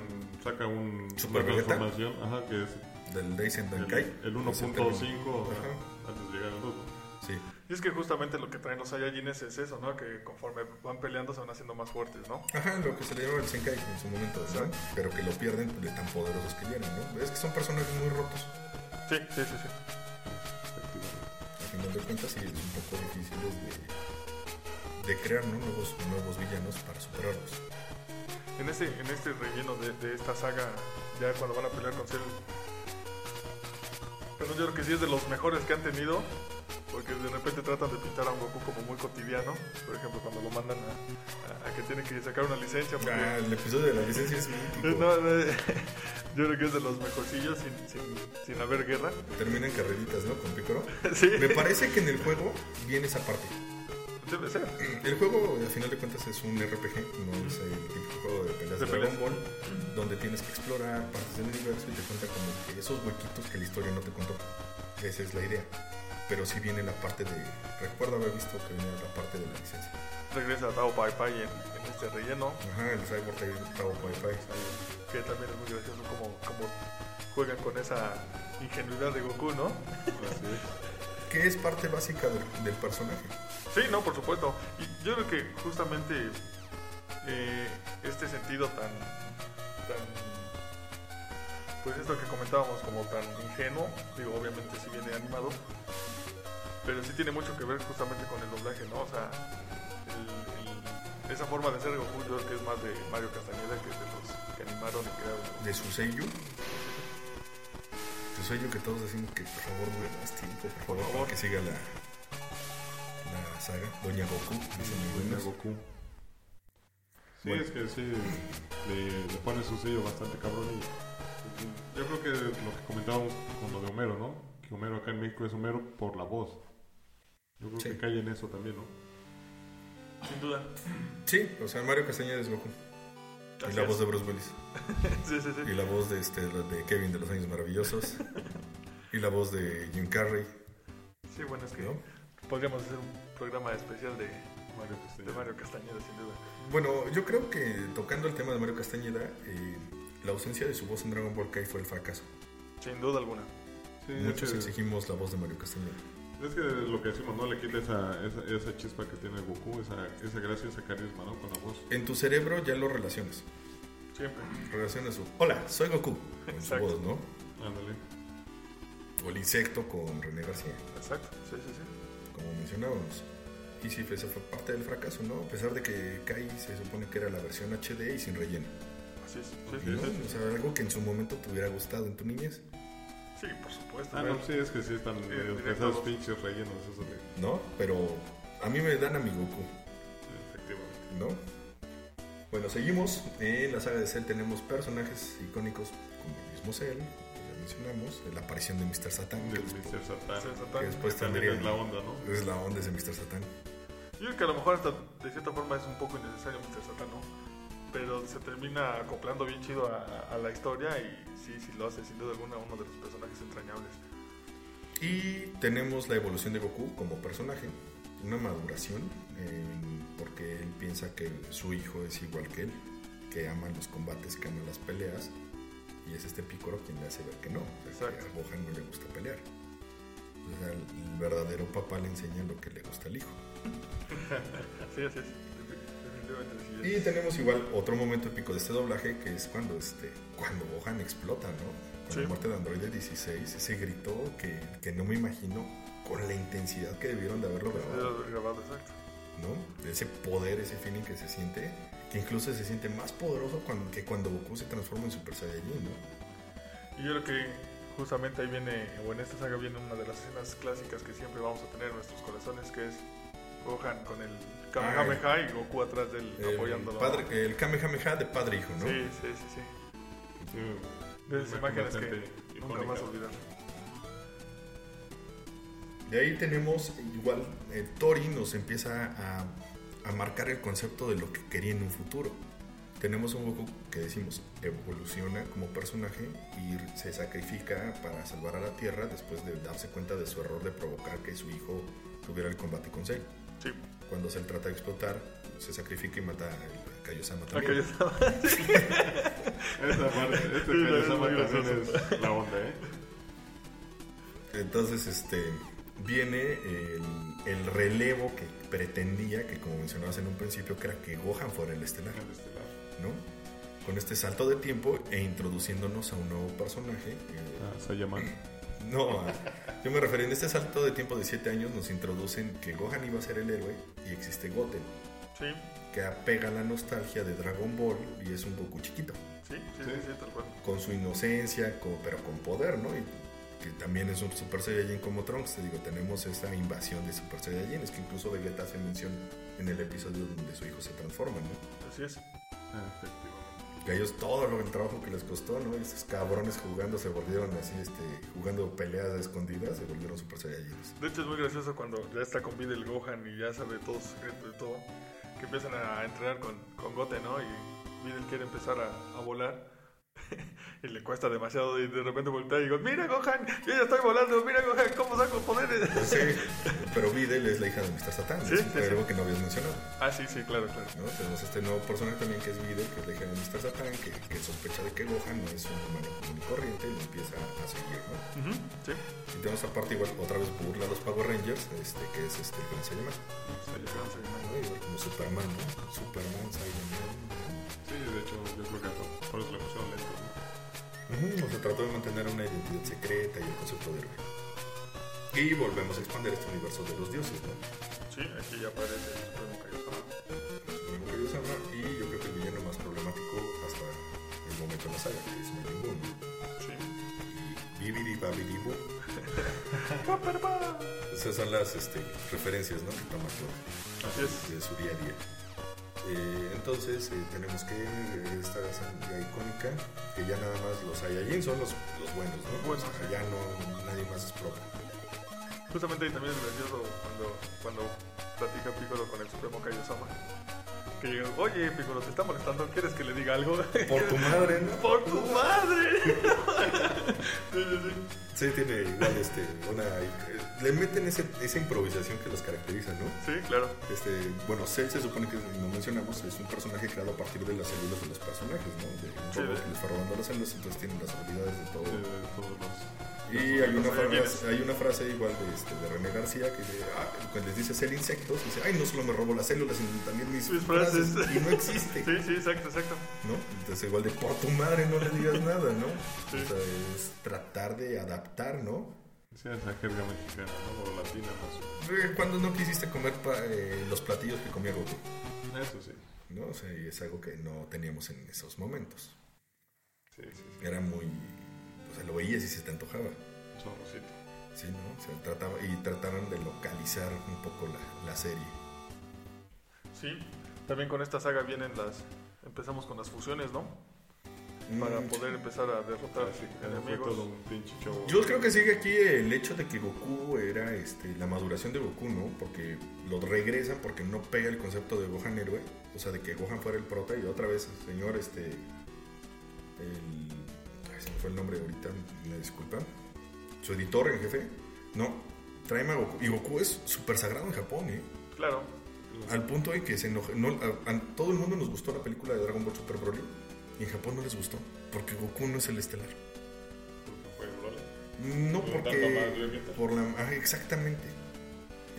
Speaker 5: saca un,
Speaker 2: ¿Super
Speaker 5: una
Speaker 2: Vegeta?
Speaker 5: transformación, ajá, que es
Speaker 2: Del Daisen
Speaker 5: el,
Speaker 2: Dankai.
Speaker 5: el
Speaker 2: Ese
Speaker 5: 1.5
Speaker 2: término.
Speaker 5: ajá, antes de llegar al 2.
Speaker 2: Ajá, Sí.
Speaker 3: Y es que justamente lo que traen los Saiyajines es eso, ¿no? Que conforme van peleando se van haciendo más fuertes, ¿no?
Speaker 2: Ajá, lo que se le llama el Senkai en su momento, ¿no? Pero que lo pierden de tan poderosos que eran, ¿no? Es que son personajes muy rotos.
Speaker 3: Sí, sí, sí, sí.
Speaker 2: Al final de cuentas, sí, es un poco difícil de, de crear, ¿no? Nuevos, nuevos villanos para superarlos.
Speaker 3: En este, en este relleno de, de esta saga, ya cuando van a pelear con Cell. Pero yo creo que sí es de los mejores que han tenido. Porque de repente tratan de pintar a un Goku como muy cotidiano. Por ejemplo, cuando lo mandan a, a- a que tiene que sacar una licencia. Porque,
Speaker 2: Ah, el episodio de la licencia es mítico.
Speaker 3: No, no, *laughs* yo creo que es de los mejorcillos sin, sin, sin haber guerra.
Speaker 2: Termina en carreritas, ¿no? Con Picoro.
Speaker 3: Sí,
Speaker 2: Me parece que en el juego viene esa parte.
Speaker 3: *laughs* debe ser.
Speaker 2: El juego, al final de cuentas, es un RPG, no es el típico juego de peleas de,
Speaker 3: De
Speaker 2: Dragon
Speaker 3: peleas.
Speaker 2: Ball, donde tienes que explorar partes del universo y te cuenta como que esos huequitos que la historia no te contó. Esa es la idea. Pero sí viene la parte de. Recuerdo haber visto que viene la parte de la licencia.
Speaker 3: Regresa a Tao Pai Pai en, en este relleno.
Speaker 2: Ajá, el Cyborg Tao Pai Pai.
Speaker 3: Que también es muy gracioso como, como juegan con esa ingenuidad de Goku, ¿no?
Speaker 5: Así es.
Speaker 2: Que es parte básica del, del personaje.
Speaker 3: Sí, no, por supuesto. Y yo creo que justamente eh, este sentido tan, tan, pues esto que comentábamos como tan ingenuo, digo, obviamente sí viene animado, pero sí tiene mucho que ver justamente con el doblaje, ¿no? O sea, el- el- esa forma de ser Goku yo creo que es más de Mario Castañeda que de los que animaron y crearon.
Speaker 2: de su sello. Su sello que todos decimos que por favor dure más tiempo, por favor,
Speaker 3: Por favor.
Speaker 2: que siga la, la saga, Doña Goku, dicen
Speaker 5: Doña
Speaker 2: algunos.
Speaker 5: Goku. Sí,
Speaker 2: Bueno.
Speaker 5: es que sí, le, le pone su sello bastante cabrón. y- yo creo que lo que comentábamos con lo de Homero, ¿no? Que Homero acá en México es Homero por la voz. Yo creo
Speaker 2: Sí.
Speaker 5: que cae en eso también, ¿no?
Speaker 3: Sin duda.
Speaker 2: Sí, o sea, Mario Castañeda es Goku. Y
Speaker 3: Así
Speaker 2: la
Speaker 3: es.
Speaker 2: voz de Bruce Willis.
Speaker 3: Sí, sí, sí.
Speaker 2: Y la voz de, este, la de Kevin de los Años Maravillosos. y la voz de Jim Carrey.
Speaker 3: Sí, bueno, es que
Speaker 2: ¿No?
Speaker 3: podríamos hacer un programa especial de,
Speaker 5: Mario Castañeda.
Speaker 3: de Mario Castañeda, sin duda.
Speaker 2: Bueno, yo creo que tocando el tema de Mario Castañeda, eh, la ausencia de su voz en Dragon Ball Kai fue el fracaso.
Speaker 3: Sin duda alguna.
Speaker 5: Sí,
Speaker 2: Muchos
Speaker 5: es, que,
Speaker 2: exigimos la voz de Mario Castañeda.
Speaker 5: es que lo que decimos, ¿no? Le quita esa, esa, esa chispa que tiene Goku, esa, esa gracia, esa carisma, ¿no? Con la voz.
Speaker 2: En tu cerebro ya lo relacionas.
Speaker 3: Siempre.
Speaker 2: Relacionas su Hola, soy Goku. Con su
Speaker 3: Exacto.
Speaker 2: voz, ¿no?
Speaker 5: Ándale.
Speaker 2: O el insecto con René García,
Speaker 3: Exacto. Sí, sí, sí.
Speaker 2: como mencionábamos. Y sí, pues, esa fue parte del fracaso, ¿no? A pesar de que Kai se supone que era la versión HD y sin relleno.
Speaker 3: Así es. Sí, sí,
Speaker 2: ¿no?
Speaker 3: sí.
Speaker 2: O sea, algo que en su momento te hubiera gustado en tu niñez,
Speaker 3: Sí, por supuesto.
Speaker 5: Ah,
Speaker 3: pero-
Speaker 5: no, sí, es que sí están medio
Speaker 3: directo a
Speaker 5: pesados
Speaker 3: voz.
Speaker 5: pinches rellenos, eso de...
Speaker 2: ¿no? Pero a mí me dan a mi Goku,
Speaker 5: Efectivamente.
Speaker 2: ¿no? Bueno, seguimos. En la saga de Cell tenemos personajes icónicos como el mismo Cell, que ya mencionamos, la aparición de Mr. Satan, que
Speaker 5: Del
Speaker 2: después,
Speaker 5: Mr. Satan.
Speaker 3: Mr. Satan.
Speaker 2: que después
Speaker 5: Que también
Speaker 2: tendría...
Speaker 5: es la onda, ¿no?
Speaker 2: Es la onda de Mr. Satan.
Speaker 3: Yo creo que a lo mejor hasta de cierta forma es un poco innecesario Mr. Satan, ¿no? Pero se termina acoplando bien chido a, a la historia y sí, sí lo hace, sin duda alguna, uno de los personajes entrañables.
Speaker 2: Y tenemos la evolución de Goku como personaje, una maduración, eh, porque él piensa que su hijo es igual que él, que ama los combates, que ama las peleas, y es este Picoro quien le hace ver que no, o sea, que
Speaker 3: Exacto.
Speaker 2: a Gohan no le gusta pelear. O sea, el verdadero papá le enseña lo que le gusta al hijo.
Speaker 3: Sí, así es. Defi- Definitivamente sí.
Speaker 2: Y tenemos igual otro momento épico de este doblaje que es cuando este cuando Gohan explota, ¿no? Con
Speaker 3: Sí.
Speaker 2: la muerte de Android 16, ese grito que, que no me imagino con la intensidad que debieron de haberlo
Speaker 3: Es de
Speaker 2: grabado,
Speaker 3: lo grabado, exacto.
Speaker 2: ¿no? De ese poder, ese feeling que se siente, que incluso se siente más poderoso cuan- que cuando Goku se transforma en Super Saiyajin, ¿no?
Speaker 3: Y yo creo que justamente ahí viene, o en esta saga viene una de las escenas clásicas que siempre vamos a tener en nuestros corazones, que es Gohan con el Kamehameha y Goku atrás del
Speaker 2: El,
Speaker 3: apoyándolo.
Speaker 2: padre, el Kamehameha de padre e hijo, ¿no?
Speaker 3: Sí, sí, sí, sí.
Speaker 5: Sí,
Speaker 3: De esas
Speaker 5: una
Speaker 3: imágenes
Speaker 5: bastante
Speaker 3: que nunca
Speaker 5: icónica.
Speaker 3: vas a olvidar.
Speaker 2: De ahí tenemos igual, eh, Tori nos empieza a, a marcar el concepto de lo que quería en un futuro. Tenemos un Goku que decimos evoluciona como personaje y se sacrifica para salvar a la Tierra después de darse cuenta de su error de provocar que su hijo tuviera el combate con Cell.
Speaker 3: Sí,
Speaker 2: Cuando Cell trata de explotar, se sacrifica y mata a Kaiosama
Speaker 3: acá ya
Speaker 2: también.
Speaker 3: estaba.
Speaker 5: Esa parte, este
Speaker 3: Sí, la
Speaker 5: Kaiosama
Speaker 3: es muy
Speaker 5: también
Speaker 3: gracioso.
Speaker 5: es la onda, ¿eh?
Speaker 2: Entonces, este viene el, el relevo que pretendía, que como mencionabas en un principio, que era que Gohan fuera el estelar.
Speaker 5: El estelar.
Speaker 2: ¿no? Con este salto de tiempo e introduciéndonos a un nuevo personaje. eh,
Speaker 5: Ah, Sayaman.
Speaker 2: No, a- yo me refería en este salto de tiempo de 7 años nos introducen que Gohan iba a ser el héroe y existe Goten,
Speaker 3: Sí,
Speaker 2: que apega a la nostalgia de Dragon Ball y es un Goku chiquito,
Speaker 3: sí, sí, sí, sí, tal cual.
Speaker 2: con su inocencia, co- pero con poder, ¿no? Y que también es un Super Saiyajin como Trunks, te digo, tenemos esa invasión de Super Saiyajines que incluso Vegeta hace mención en el episodio donde su hijo se transforma, ¿no?
Speaker 3: Así es.
Speaker 5: Ah, efectivamente.
Speaker 2: Que a ellos todo lo- el trabajo que les costó, ¿no? Estos cabrones jugando se volvieron así, este, jugando peleas a escondidas, se volvieron super saiyajines.
Speaker 3: De hecho es muy gracioso cuando ya está con vida el Gohan y ya sabe todo su secreto y todo, que empiezan a entrenar con, con Goten, ¿no? Y Videl quiere empezar a, a volar *laughs* y le cuesta demasiado y de repente voltea y digo, mira Gohan, yo ya estoy volando, mira Gohan, ¿cómo saco poderes?
Speaker 2: Sí, pero Videl es la hija de Mr. Satan,
Speaker 3: Sí,
Speaker 2: es
Speaker 3: sí, sí.
Speaker 2: algo que no habías mencionado,
Speaker 3: *laughs* Ah, sí, sí, claro, claro.
Speaker 2: ¿no? Tenemos este nuevo personaje también que es Videl, que es la hija de Mr. Satan, que, que sospecha de que Gohan no es un humano común y corriente y lo empieza a seguir, ¿no?
Speaker 3: Ujú, sí,
Speaker 2: Y tenemos aparte igual otra vez burla a los Power Rangers, este, que es este, el Gran Saiyaman,
Speaker 3: Sayaman, Sayaman.
Speaker 2: ¿no? Igual como Superman, ¿no? Superman, Saiyaman, ¿no?
Speaker 5: Sí, de hecho, yo creo que eso- por eso le pusieron lento, ¿no?
Speaker 2: Ujú, o sea, trató de mantener una identidad secreta y el concepto de héroe. Y volvemos a expandir este universo de los dioses, ¿no?
Speaker 3: Sí, aquí ya aparece el Supremo Kaiosama.
Speaker 2: Supremo Kaiosama, y yo creo que el villano más problemático hasta el momento de la saga, que es Majin Buu, ¿no?
Speaker 3: Sí.
Speaker 2: Y Bibidi Babidi Buu.
Speaker 3: ¡Camperman!
Speaker 2: esas son las este, referencias ¿no? que toma todo
Speaker 3: Así es.
Speaker 2: de su día a día. Eh, entonces eh, tenemos que eh, esta sangría icónica, que ya nada más los Saiyajin son los, los buenos, ¿no?
Speaker 3: Buenos.
Speaker 2: O sea, ya no, nadie más es propio.
Speaker 3: Justamente ahí también es gracioso cuando, cuando platica Piccolo con el Supremo Kaiosama. Que llega, oye Piccolo, te está molestando, ¿quieres que le diga algo? *laughs*
Speaker 2: Por tu madre, ¿no?
Speaker 3: ¡Por tu madre! Sí, sí, sí.
Speaker 2: Sí, tiene igual este, una... Le meten ese- esa improvisación que los caracteriza, ¿no?
Speaker 3: Sí, claro.
Speaker 2: Este, bueno, Cell se supone que, como mencionamos, es un personaje creado a partir de las células de los personajes, ¿no? De un
Speaker 3: Sí,
Speaker 2: robot
Speaker 3: de-
Speaker 2: que les fue robando las células, entonces tienen las habilidades de todo.
Speaker 5: de todos los.
Speaker 2: Y
Speaker 3: Los
Speaker 2: hay una,
Speaker 3: supervivientes.
Speaker 2: frase, hay una frase igual de, este, de René García que dice, ah, cuando les dice ser insectos, dice, ay, no solo me robo las células, sino también mis,
Speaker 3: Mis frases.
Speaker 2: frases. Y no existe,
Speaker 3: *laughs* Sí, sí, exacto, exacto.
Speaker 2: ¿no? Entonces igual de, por tu madre no le digas nada, ¿no?
Speaker 3: Sí.
Speaker 2: O sea, es tratar de adaptar, ¿no?
Speaker 5: Sí, esa jerga mexicana, ¿no? O latina más.
Speaker 2: Eh, Cuando no quisiste comer pa- eh, los platillos que comía Goku,
Speaker 5: Eso sí.
Speaker 2: ¿no? O sea, y es algo que no teníamos en esos momentos.
Speaker 5: Sí, sí, sí.
Speaker 2: Era muy... O sea, lo veías y se te antojaba.
Speaker 5: Chorrocito.
Speaker 2: Sí, ¿no? O sea, trataba, y trataron de localizar un poco la, la serie.
Speaker 3: Sí, también con esta saga vienen las. Empezamos con las fusiones, ¿no? Para
Speaker 2: Mm,
Speaker 3: poder empezar a derrotar
Speaker 5: Así que fue todo
Speaker 3: enemigos.
Speaker 5: un pinche show.
Speaker 2: Yo creo que sigue aquí el hecho de que Goku era este, la maduración de Goku, ¿no? Porque lo regresan porque no pega el concepto de Gohan héroe. O sea, de que Gohan fuera el prota y otra vez, señor, este. El. ay, se me fue el nombre ahorita, me disculpa. Su editor en jefe. No, tráeme a Goku. Y Goku es súper sagrado en Japón, ¿eh?
Speaker 3: Claro,
Speaker 2: Al punto de que se enoja. no, a, a todo el mundo nos gustó la película de Dragon Ball Super Broly. Y en Japón no les gustó. Porque Goku no es el estelar.
Speaker 5: Fue Broly.
Speaker 2: No,
Speaker 5: Por tanto, más
Speaker 2: porque.
Speaker 5: Vegeta.
Speaker 2: Por la, ah, exactamente.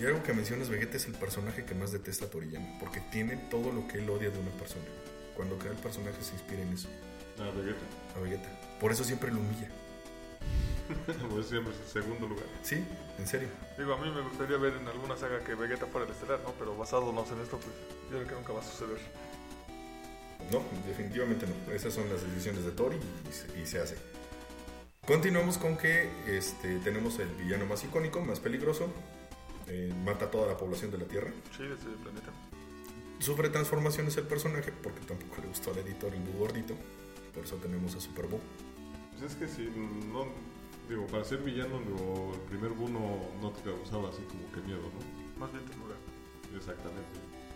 Speaker 2: Y algo que mencionas, Vegeta es el personaje que más detesta a Toriyama. Porque tiene todo lo que él odia de una persona. Cuando cada personaje se inspira en eso,
Speaker 5: Ah, Vegeta.
Speaker 2: a Vegeta. Por eso siempre lo humilla.
Speaker 5: *laughs* Pues siempre es el segundo lugar.
Speaker 2: Sí, en serio.
Speaker 3: digo, a mí me gustaría ver en alguna saga que Vegeta fuera el estelar, ¿no? Pero basándonos en esto, pues yo creo que nunca va a suceder.
Speaker 2: No, definitivamente no. Esas son las decisiones de Tori y se, y se hace. Continuamos con que este, tenemos el villano más icónico, más peligroso. eh, mata a toda la población de la Tierra.
Speaker 3: Sí, de este planeta.
Speaker 2: Sufre transformaciones el personaje porque tampoco le gustó al editor el Boo gordito. Por eso tenemos a Super Boo.
Speaker 5: Pues es que si no. Digo, para ser villano, digo, el primer Buu no, no te causaba así como que miedo, ¿no?
Speaker 3: Más bien ternura.
Speaker 5: Exactamente.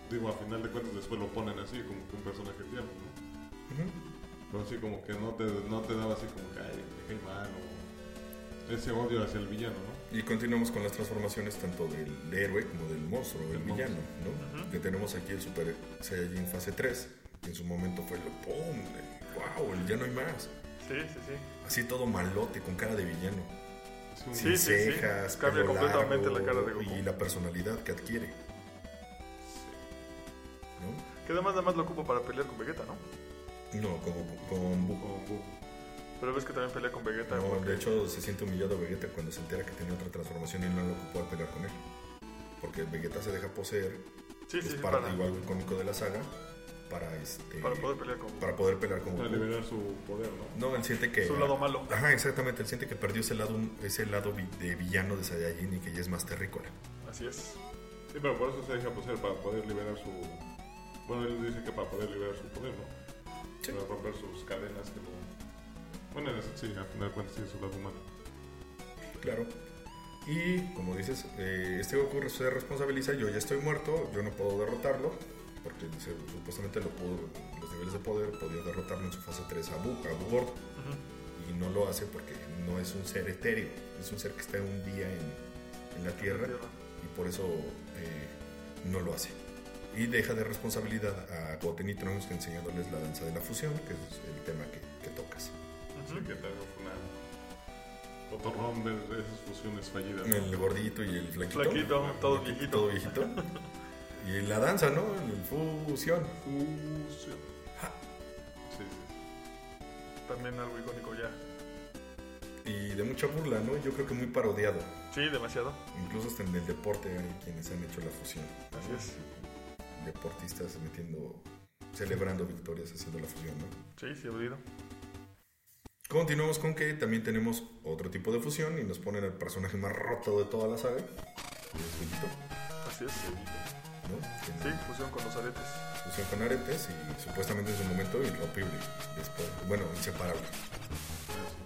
Speaker 5: Digo, a final de cuentas después lo ponen así, como que un personaje tierno, ¿no? Pero así como que no te, no te daba así como que, ay, qué mal, o ese odio hacia el villano, ¿no?
Speaker 2: Y continuamos con las transformaciones tanto del héroe como del monstruo, del
Speaker 5: Del
Speaker 2: villano, ¿no? Que tenemos aquí el Super Saiyajin fase 3. que en su momento fue el ¡pum! El, ¡Wow! El ya no hay más.
Speaker 3: Sí, sí, sí.
Speaker 2: Así todo malote, con cara de villano.
Speaker 5: Es un-
Speaker 3: Sí,
Speaker 2: Sin
Speaker 3: sí, sí.
Speaker 2: cejas,
Speaker 3: Cambia
Speaker 2: pelo
Speaker 3: completamente
Speaker 2: largo
Speaker 3: la cara de Goku.
Speaker 2: Y la personalidad que adquiere.
Speaker 3: Que además nada más lo ocupo para pelear con Vegeta, ¿no?
Speaker 2: ¿No? No, con, con Boo.
Speaker 5: Como Buu.
Speaker 3: Pero ves que también pelea con Vegeta.
Speaker 2: No,
Speaker 3: porque-
Speaker 2: de hecho, se siente humillado Vegeta cuando se entera que tiene otra transformación y no lo ocupó a pelear con él. Porque Vegeta se deja poseer,
Speaker 3: sí,
Speaker 2: que
Speaker 3: sí,
Speaker 2: es
Speaker 3: sí,
Speaker 2: parte
Speaker 3: para,
Speaker 2: igual icónico de la saga, para, este,
Speaker 3: para poder pelear con
Speaker 2: para poder pelear con
Speaker 5: Para
Speaker 2: Goku.
Speaker 5: liberar su poder, ¿no?
Speaker 2: No, él siente que.
Speaker 3: su lado malo.
Speaker 2: Ajá, exactamente. Él siente que perdió ese lado, ese lado vi- de villano de Saiyajin y que ya es más terrícola.
Speaker 3: Así es.
Speaker 5: Sí, pero por eso se deja poseer, para poder liberar su... Bueno, él dice que para poder liberar su poder, ¿no?
Speaker 2: Sí.
Speaker 5: Para romper sus cadenas que lo... Bueno, es- sí, al final de cuentas sí, es su lado humano.
Speaker 2: Claro. Y como dices, eh, este Goku se responsabiliza, yo ya estoy muerto, yo no puedo derrotarlo, porque dice, supuestamente lo pudo- los niveles de poder podía derrotarlo en su fase 3 a Buu, a Buu Gordo. Y no lo hace porque no es un ser etéreo, es un ser que está un día en, en la Tierra
Speaker 3: Tierra.
Speaker 2: y por eso eh, no lo hace. Y deja de responsabilidad a Goten y Trunks enseñándoles la danza de la fusión, que es el tema que, que tocas.
Speaker 5: Sí, que tal vez fue una... Otorrón de de esas fusiones fallidas. ¿no?
Speaker 2: El gordito y el flaquito.
Speaker 3: Flaquito, todo viejito.
Speaker 2: Todo viejito. Y la danza, ¿no? El fusión.
Speaker 5: Fusión.
Speaker 2: Ja.
Speaker 5: Sí, sí.
Speaker 3: También algo icónico ya.
Speaker 2: Y de mucha burla, ¿no? Yo creo que muy parodiado.
Speaker 3: Sí, demasiado.
Speaker 2: Incluso hasta en el deporte hay quienes han hecho la fusión.
Speaker 3: Así es.
Speaker 2: Deportistas metiendo, celebrando victorias, haciendo la fusión, ¿no?
Speaker 3: Sí, sí, oído.
Speaker 2: Continuamos con que también tenemos otro tipo de fusión y nos ponen el personaje más roto de toda la saga, es Benito,
Speaker 3: Así es.
Speaker 2: ¿no?
Speaker 3: Sí,
Speaker 2: Tiene
Speaker 3: fusión con los aretes.
Speaker 2: fusión con aretes y supuestamente en su momento irrompible. Después, bueno, inseparable.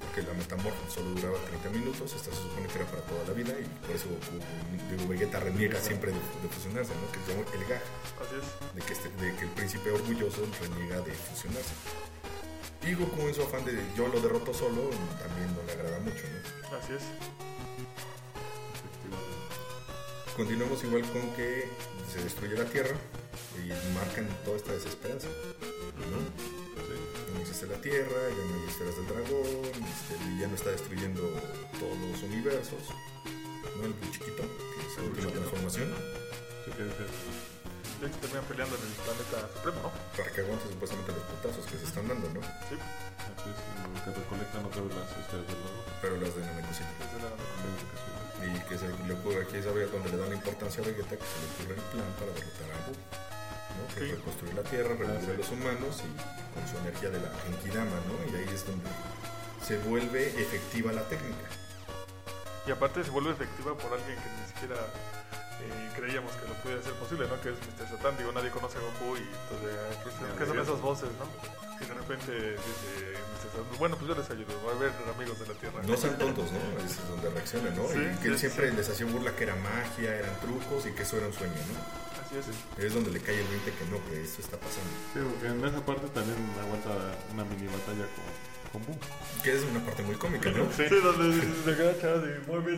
Speaker 2: Porque la metamorfosis solo duraba 30 minutos, esta se supone que era para toda la vida y por eso Goku, digo, Vegeta reniega siempre de, de fusionarse, ¿no? Que es como el gaj.
Speaker 3: Así es.
Speaker 2: de que, este- de que el príncipe orgulloso reniega de fusionarse. Y Goku en su afán de yo lo derroto solo también no le agrada mucho. ¿no?
Speaker 3: Así es.
Speaker 2: Continuamos igual con que se destruye la Tierra y marcan toda esta desesperanza.
Speaker 5: Pues
Speaker 2: No existe la Tierra, ya no hay esferas del dragón, este, el no está destruyendo todos los universos. ¿no? El chiquito, que es la última transformación.
Speaker 5: Se queda feo.
Speaker 3: Ya que terminan peleando en el planeta supremo, ¿no?
Speaker 2: Para que aguante supuestamente los putazos que se están dando, ¿no?
Speaker 3: Sí.
Speaker 5: Así es, que recolectan otra vez las estrellas del dragón.
Speaker 2: Pero las de denominación.
Speaker 3: Desde la
Speaker 5: Creo que sí.
Speaker 2: Y que se le ocurre aquí, ¿sabes? Donde le dan la importancia a Vegeta, que se le ocurre el plan para derrotar a Goku. ¿no? Que
Speaker 3: Sí.
Speaker 2: es reconstruir la Tierra, revivir a los humanos y con su energía de la Genkidama, ¿no? Y ahí es donde se vuelve efectiva la técnica.
Speaker 3: Y aparte se vuelve efectiva por alguien que ni siquiera eh, creíamos que lo pudiera hacer posible, ¿no? Que es Mr. Satan, digo, nadie conoce a Goku y entonces, ah, pues, ¿qué son esas voces, no? Y de repente dice Mr. Satan, bueno, pues yo les ayudo, va a haber amigos de la Tierra.
Speaker 2: No sean tontos, ¿eh? ¿no? Ahí Es donde reaccionan, ¿no?
Speaker 3: Sí,
Speaker 2: y que él
Speaker 3: sí,
Speaker 2: siempre
Speaker 3: sí.
Speaker 2: les hacía burla que era magia, eran trucos y que eso era un sueño, ¿no?
Speaker 3: Así es.
Speaker 2: Es donde le cae el 20 que no, que eso está pasando.
Speaker 5: Sí, porque en esa parte también aguanta una mini batalla con, con Boo.
Speaker 2: Que es una parte muy cómica, ¿no?
Speaker 3: Sí, donde se agacha y mueve,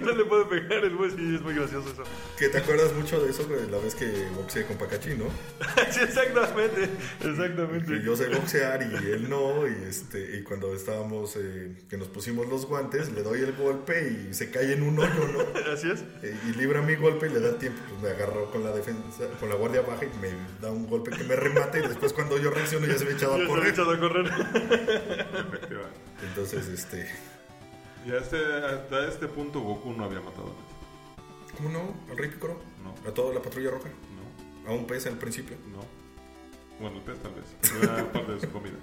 Speaker 3: *laughs* no le puede pegar el güey, sí, es muy gracioso eso.
Speaker 2: Que te acuerdas mucho de eso de la vez que boxeé con Pacachi, ¿no?
Speaker 3: *laughs* sí, exactamente,
Speaker 2: que
Speaker 3: exactamente.
Speaker 2: yo sé boxear y él no, y este, y cuando estábamos, eh, que nos pusimos los guantes, le doy el golpe y se cae en un hoyo, ¿no?
Speaker 3: *laughs* Así es.
Speaker 2: Eh, Y libra mi golpe y le da tiempo, pues me agarró con la defensa, con la guardia baja y me da un golpe que me remata y después cuando yo reacciono ya se me echaba a
Speaker 3: Ya está
Speaker 2: correr.
Speaker 3: echado a correr.
Speaker 5: Efectivamente.
Speaker 2: Entonces, este,
Speaker 5: Y hasta, hasta este punto Goku no había matado a nadie.
Speaker 2: ¿cómo no? ¿Al Rey Picoro?
Speaker 5: No.
Speaker 2: ¿A toda la patrulla roja?
Speaker 5: No,
Speaker 2: ¿A un pez al principio?
Speaker 5: no. Bueno, el pez tal vez. pero Era *laughs* parte de su comida.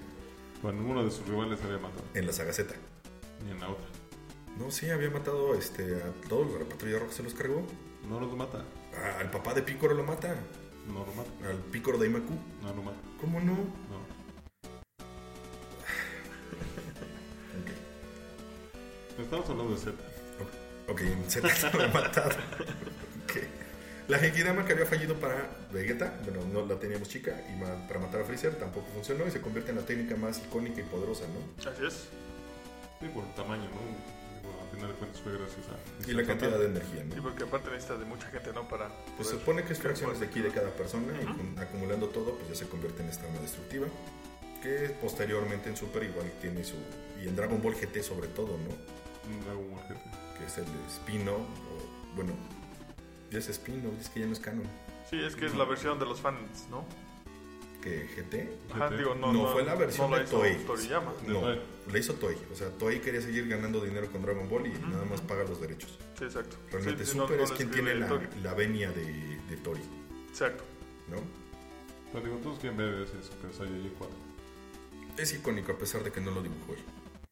Speaker 5: Pero a ninguno de sus rivales había matado.
Speaker 2: En la sagaceta.
Speaker 5: Ni en la otra.
Speaker 2: No, sí, había matado este, a todos, la patrulla roja se los cargó.
Speaker 5: No los mata.
Speaker 2: A- al papá de Picoro lo mata,
Speaker 5: No lo mata.
Speaker 2: al Picoro de Imaku.
Speaker 5: No lo mata.
Speaker 2: ¿Cómo no?
Speaker 5: No. Estamos hablando de Z.
Speaker 2: Ok, en Z *laughs* se lo he matado. Ok. La Genkidama que había fallido para Vegeta, bueno, no la teníamos chica, y ma- para matar a Freezer tampoco funcionó y se convierte en la técnica más icónica y poderosa, ¿no?
Speaker 3: *laughs* Así es.
Speaker 5: Sí, por el tamaño, ¿no? Digo, al final de cuentas fue gracias a...
Speaker 2: Y la cantidad de energía,
Speaker 3: Sí,
Speaker 2: ¿no?
Speaker 3: porque aparte necesita de mucha gente, ¿no? Para
Speaker 2: Pues se
Speaker 3: poder-
Speaker 2: supone que es fracciones de aquí de cada persona y con- acumulando todo, pues ya se convierte en esta arma destructiva. Que posteriormente en Super igual tiene su. Y en Dragon Ball GT sobre todo, ¿no?
Speaker 5: Un dragón morjete.
Speaker 2: Que es el Spino, o bueno, ya es Spino, es que ya no es canon.
Speaker 3: Sí, es que es la versión de los fans, ¿no?
Speaker 2: Que GT,
Speaker 3: Ajá,
Speaker 5: Sí, sí.
Speaker 3: digo, no,
Speaker 2: No, fue la versión
Speaker 3: no la
Speaker 2: de
Speaker 3: hizo
Speaker 2: Toei.
Speaker 3: Toriyama.
Speaker 2: No,
Speaker 5: Toei.
Speaker 2: la hizo Toei. O sea, Toei quería seguir ganando dinero con Dragon Ball y nada más paga los derechos.
Speaker 3: Sí, exacto.
Speaker 2: Realmente
Speaker 3: Sí, sí, no-
Speaker 2: Super
Speaker 3: no
Speaker 2: es
Speaker 3: la
Speaker 2: quien
Speaker 3: escribe
Speaker 2: tiene la,
Speaker 3: Toei.
Speaker 2: la venia de, de Toei,
Speaker 3: Exacto.
Speaker 2: ¿no?
Speaker 5: Pero digo, todos quieren ver ese Super Saiyajin 4.
Speaker 2: Es icónico a pesar de que no lo dibujó él.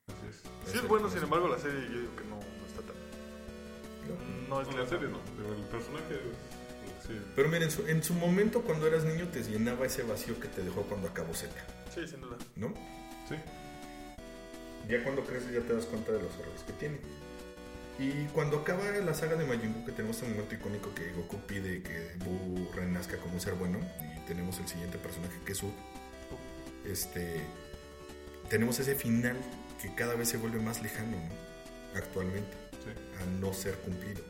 Speaker 5: Así es.
Speaker 3: Sí es bueno, sin embargo, la serie yo digo que no, no está tan... No es
Speaker 5: No, la
Speaker 3: lenta.
Speaker 5: serie no. Digo, el personaje es... Sí,
Speaker 2: Pero miren, en su, en su momento cuando eras niño te llenaba ese vacío que te dejó cuando acabó Z,
Speaker 3: Sí, sin duda.
Speaker 2: ¿no?
Speaker 5: sí.
Speaker 2: Ya cuando creces ya te das cuenta de los errores que tiene. Y cuando acaba la saga de Majin Buu, que tenemos este momento icónico que Goku pide que Buu renazca como un ser bueno, y tenemos el siguiente personaje que es Up, este, tenemos ese final que cada vez se vuelve más lejano ¿no? actualmente,
Speaker 5: Sí.
Speaker 2: a no ser cumplido.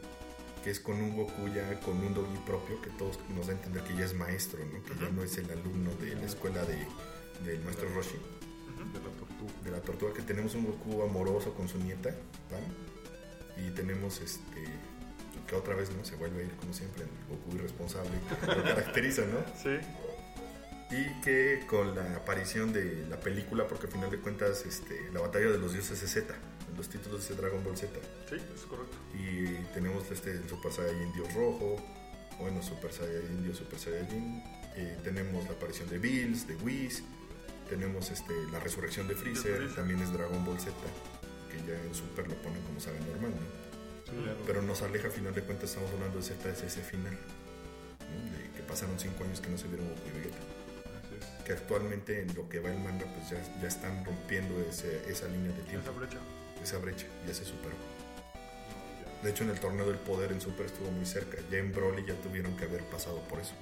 Speaker 2: Que es con un Goku ya, con un Dogi propio, que todos nos da a entender que ya es maestro, ¿no? que ya no es el alumno de la escuela de, del maestro Roshi
Speaker 5: De la tortuga.
Speaker 2: de la tortuga que tenemos un Goku amoroso con su nieta, Pan, y tenemos este que otra vez no se vuelve a ir como siempre el Goku irresponsable que lo caracteriza, ¿no?
Speaker 3: Sí,
Speaker 2: Y que con la aparición de la película, porque al final de cuentas este, la batalla de los dioses es Z, los títulos de Dragon Ball Z,
Speaker 3: sí, es correcto.
Speaker 2: y tenemos este el Super Saiyajin Dios Rojo, bueno Super Saiyajin Dios Super Saiyajin, eh, tenemos la aparición de Bills, de Whis, tenemos este, la resurrección de Freezer,
Speaker 3: Freezer.
Speaker 2: también es Dragon Ball Z, que ya en Super lo ponen como saga normal, ¿no? Pero nos aleja, a final de cuentas, estamos hablando de ZSS ese final. ¿no? De que pasaron 5 años que no se vieron Goku y Vegeta.
Speaker 5: Así es.
Speaker 2: Que actualmente en lo que va el manga, pues ya, ya están rompiendo ese- esa línea de tiempo,
Speaker 3: Esa brecha.
Speaker 2: esa brecha, ya se superó. De hecho, en el torneo del poder en Super estuvo muy cerca. Ya en Broly ya tuvieron que haber pasado por eso.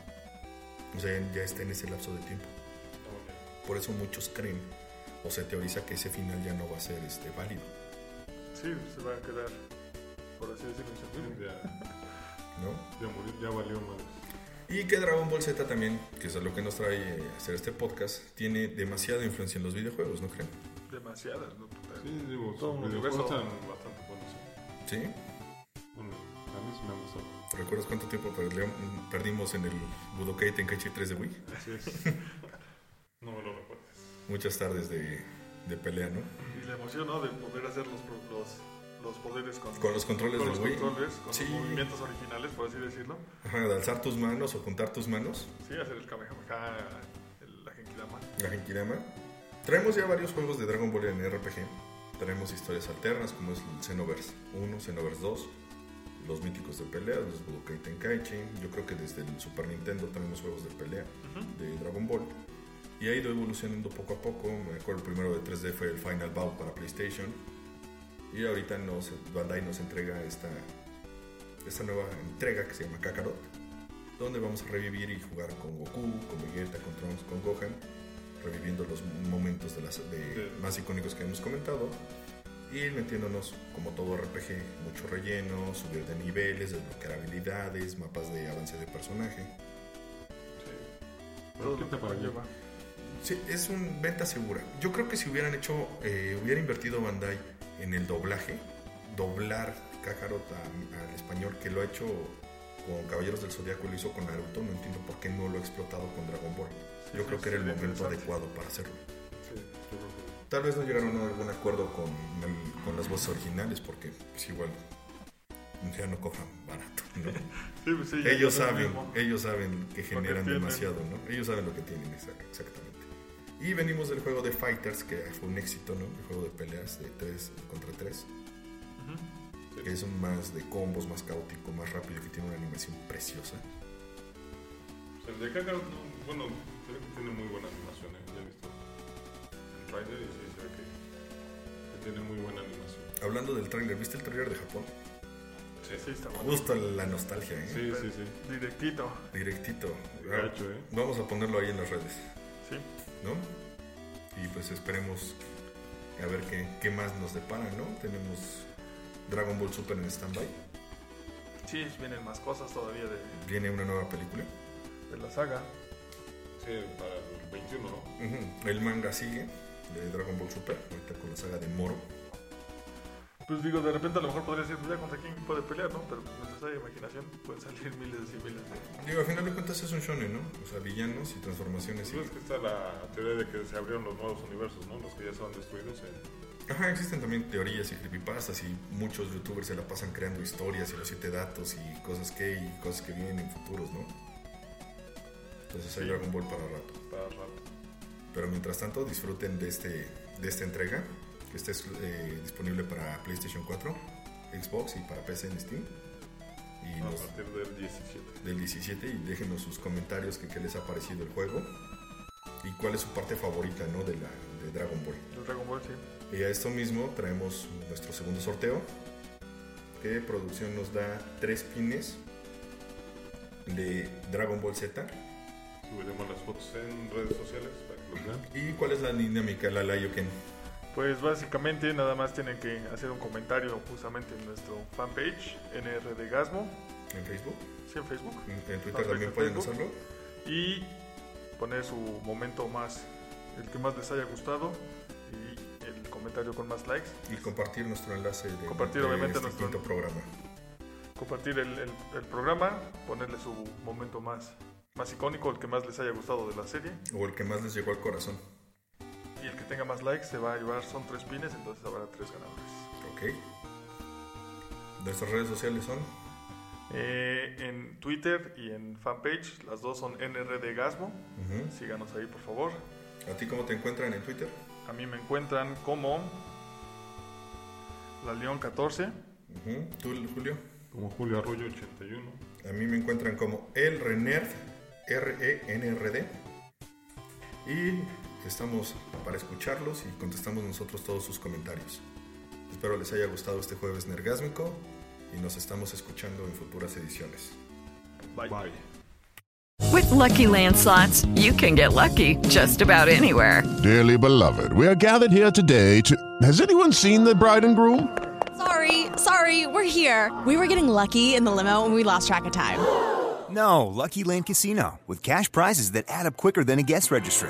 Speaker 2: O sea, ya está en ese lapso de tiempo. Por eso muchos creen o se teoriza que ese final ya no va a ser este, válido.
Speaker 3: Sí, se va a quedar, por así decirlo, inservible.
Speaker 5: Ya,
Speaker 2: ¿no?
Speaker 5: ya murió, ya valió más.
Speaker 2: Y que Dragon Ball Z también, que es a lo que nos trae eh, hacer este podcast, tiene demasiada influencia en los videojuegos, ¿no creen?
Speaker 3: Demasiadas, ¿no? Puta.
Speaker 5: Sí, digo,
Speaker 3: Todo
Speaker 5: sus
Speaker 3: un
Speaker 5: videojuegos
Speaker 3: universo.
Speaker 5: están bastante buenos. sí.
Speaker 2: Sí.
Speaker 5: Bueno, a mí sí me han gustado.
Speaker 2: ¿Recuerdas cuánto tiempo perdió- perdimos en el Budokai Tenkaichi 3 de Wii?
Speaker 5: Así es. no me lo recuerdes.
Speaker 2: Muchas tardes de, de pelea, ¿no?
Speaker 3: Y la emoción, ¿no? De poder hacer los, pro- los, los poderes con,
Speaker 2: Con los controles
Speaker 3: con
Speaker 2: del
Speaker 3: los
Speaker 2: Wii.
Speaker 3: controles, con
Speaker 2: Sí.
Speaker 3: los movimientos originales, por así decirlo.
Speaker 2: Ajá, de alzar tus manos o juntar tus manos,
Speaker 3: Sí, hacer el Kamehameha, el, la Genkidama.
Speaker 2: la Genkidama. Traemos ya varios juegos de Dragon Ball en RPG. Traemos historias alternas como es el Xenoverse 1, Xenoverse 2, los míticos de pelea, los Budokai Tenkaichi. Yo creo que desde el Super Nintendo tenemos juegos de pelea de Dragon Ball. Y ha ido evolucionando poco a poco. Me acuerdo el primero de 3D fue el Final Bout para PlayStation. Y ahorita nos, Bandai nos entrega esta, esta nueva entrega que se llama Kakarot. Donde vamos a revivir y jugar con Goku, con Vegeta, con Trunks, con Gohan. Reviviendo los momentos de las, de- más icónicos que hemos comentado. Y metiéndonos, como todo RPG, mucho relleno, subir de niveles, desbloquear habilidades, mapas de avance de personaje.
Speaker 3: Todo lo
Speaker 5: ¿qué
Speaker 3: que
Speaker 5: te pareció?
Speaker 3: conlleva.
Speaker 2: Sí, es un venta segura. Yo creo que si hubieran hecho, eh, hubiera invertido Bandai en el doblaje, doblar Kakarot a- al español, que lo ha hecho con Caballeros del Zodiaco, lo hizo con Naruto, no entiendo por qué no lo ha explotado con Dragon Ball. Yo creo que era el
Speaker 3: sería
Speaker 2: momento
Speaker 3: interesante.
Speaker 2: adecuado para hacerlo.
Speaker 5: Sí, yo creo que
Speaker 2: Tal vez no llegaron a algún acuerdo con, el- con las voces originales, porque es igual, ya no cojan barato,
Speaker 5: *laughs*
Speaker 2: ¿no?
Speaker 3: Sí, pues sí,
Speaker 2: Ellos
Speaker 3: ya no es lo
Speaker 2: saben,
Speaker 3: mismo.
Speaker 2: ellos saben que generan
Speaker 3: tienen.
Speaker 2: demasiado, ¿no? Ellos saben lo que tienen, exact- exactamente. Y venimos del juego de Fighters, que fue un éxito, ¿no? El juego de peleas de 3 contra 3. Que es un más de combos, más caótico, más rápido, que tiene una animación preciosa.
Speaker 5: pues el de Kakarot, no, bueno, se ve que tiene muy buena animación, ¿eh? Ya he visto el trailer y sí, se ve que, que tiene muy buena animación.
Speaker 2: Hablando del tráiler, ¿viste el tráiler de Japón?
Speaker 3: Sí, sí, está bueno.
Speaker 2: Justo la nostalgia, ¿eh?
Speaker 5: Sí, sí, sí.
Speaker 3: Directito,
Speaker 2: Directito.
Speaker 5: Gacho, ¿eh?
Speaker 2: Vamos a ponerlo ahí en las redes,
Speaker 3: sí.
Speaker 2: ¿no? Y pues esperemos a ver qué, qué más nos depara, ¿no? Tenemos Dragon Ball Super en stand-by.
Speaker 3: Sí, vienen más cosas todavía de,
Speaker 2: viene una nueva película.
Speaker 3: de la saga.
Speaker 5: Sí, para el 21, ¿no?
Speaker 2: El manga sigue de Dragon Ball Super, ahorita con la saga de Moro.
Speaker 3: Pues digo, de repente a lo mejor podría decir, pues ya contra quién puede pelear, ¿no? Pero pues, mientras haya imaginación, pueden salir miles y miles de...
Speaker 2: Digo, al final de cuentas es un shonen, ¿no? O sea, villanos y transformaciones.
Speaker 5: Sí, Pues es que está la teoría de que se abrieron los nuevos universos, ¿no? Los que ya estaban destruidos. eh.
Speaker 2: Y... Ajá, existen también teorías y creepypastas y muchos youtubers se la pasan creando historias y los siete datos y cosas que y cosas que vienen en futuros, ¿no? Entonces hay
Speaker 5: Sí.
Speaker 2: Dragon Ball para rato.
Speaker 5: Para rato.
Speaker 2: Pero mientras tanto disfruten de, este, de esta entrega, que está eh, disponible para PlayStation 4, Xbox y para PC en Steam. Y
Speaker 5: A
Speaker 2: los-
Speaker 5: partir del 17.
Speaker 2: del 17 y déjenos sus comentarios que qué les ha parecido el juego y cuál es su parte favorita ¿no? de, la, de Dragon Ball.
Speaker 3: de Dragon Ball, sí.
Speaker 2: Y a esto mismo traemos nuestro segundo sorteo que producción nos da tres pines de Dragon Ball Z.
Speaker 5: Subiremos las fotos en redes sociales para que los vean.
Speaker 2: ¿Y cuál es la dinámica, la Layoken?
Speaker 3: Pues básicamente nada más tienen que hacer un comentario justamente en nuestro fanpage, NR de Gasmo,
Speaker 2: ¿En Facebook?
Speaker 3: sí, en Facebook,
Speaker 2: ¿En en Twitter
Speaker 3: Perfecto,
Speaker 2: también pueden
Speaker 3: Facebook.
Speaker 2: usarlo?
Speaker 3: y poner su momento más, el que más les haya gustado y el comentario con más likes.
Speaker 2: Y compartir nuestro enlace de,
Speaker 3: Compartir,
Speaker 2: de
Speaker 3: obviamente,
Speaker 2: este
Speaker 3: nuestro-
Speaker 2: quinto programa.
Speaker 3: Compartir el, el- el programa, ponerle su momento más, más icónico, el que más les haya gustado de la serie.
Speaker 2: O el que más les llegó al corazón.
Speaker 3: Y el que tenga más likes se va a llevar, son tres pines, entonces habrá tres ganadores.
Speaker 2: Ok. Nuestras redes sociales son
Speaker 3: Eh, en Twitter y en fanpage, las dos son NR de Gasmo. Síganos ahí, por favor.
Speaker 2: ¿A ti cómo te encuentran en Twitter?
Speaker 3: A mí me encuentran como La León 14.
Speaker 2: Ujú. ¿Tú, Julio?
Speaker 5: Como Julio Arroyo 81.
Speaker 2: A mí me encuentran como el Renerd, E R-E-N-R-D. Y estamos para escucharlos y contestamos nosotros todos sus comentarios. Espero les haya gustado este jueves nergásmico y nos estamos escuchando en futuras ediciones.
Speaker 5: Bye.
Speaker 6: With Lucky Land slots, you can get lucky just about anywhere.
Speaker 7: Dearly beloved, we are gathered here today to. Has anyone seen the bride and groom?
Speaker 8: Sorry, sorry, we're here. We were getting lucky in the limo and we lost track of time.
Speaker 9: No, Lucky Land Casino, with cash prizes that add up quicker than a guest registry.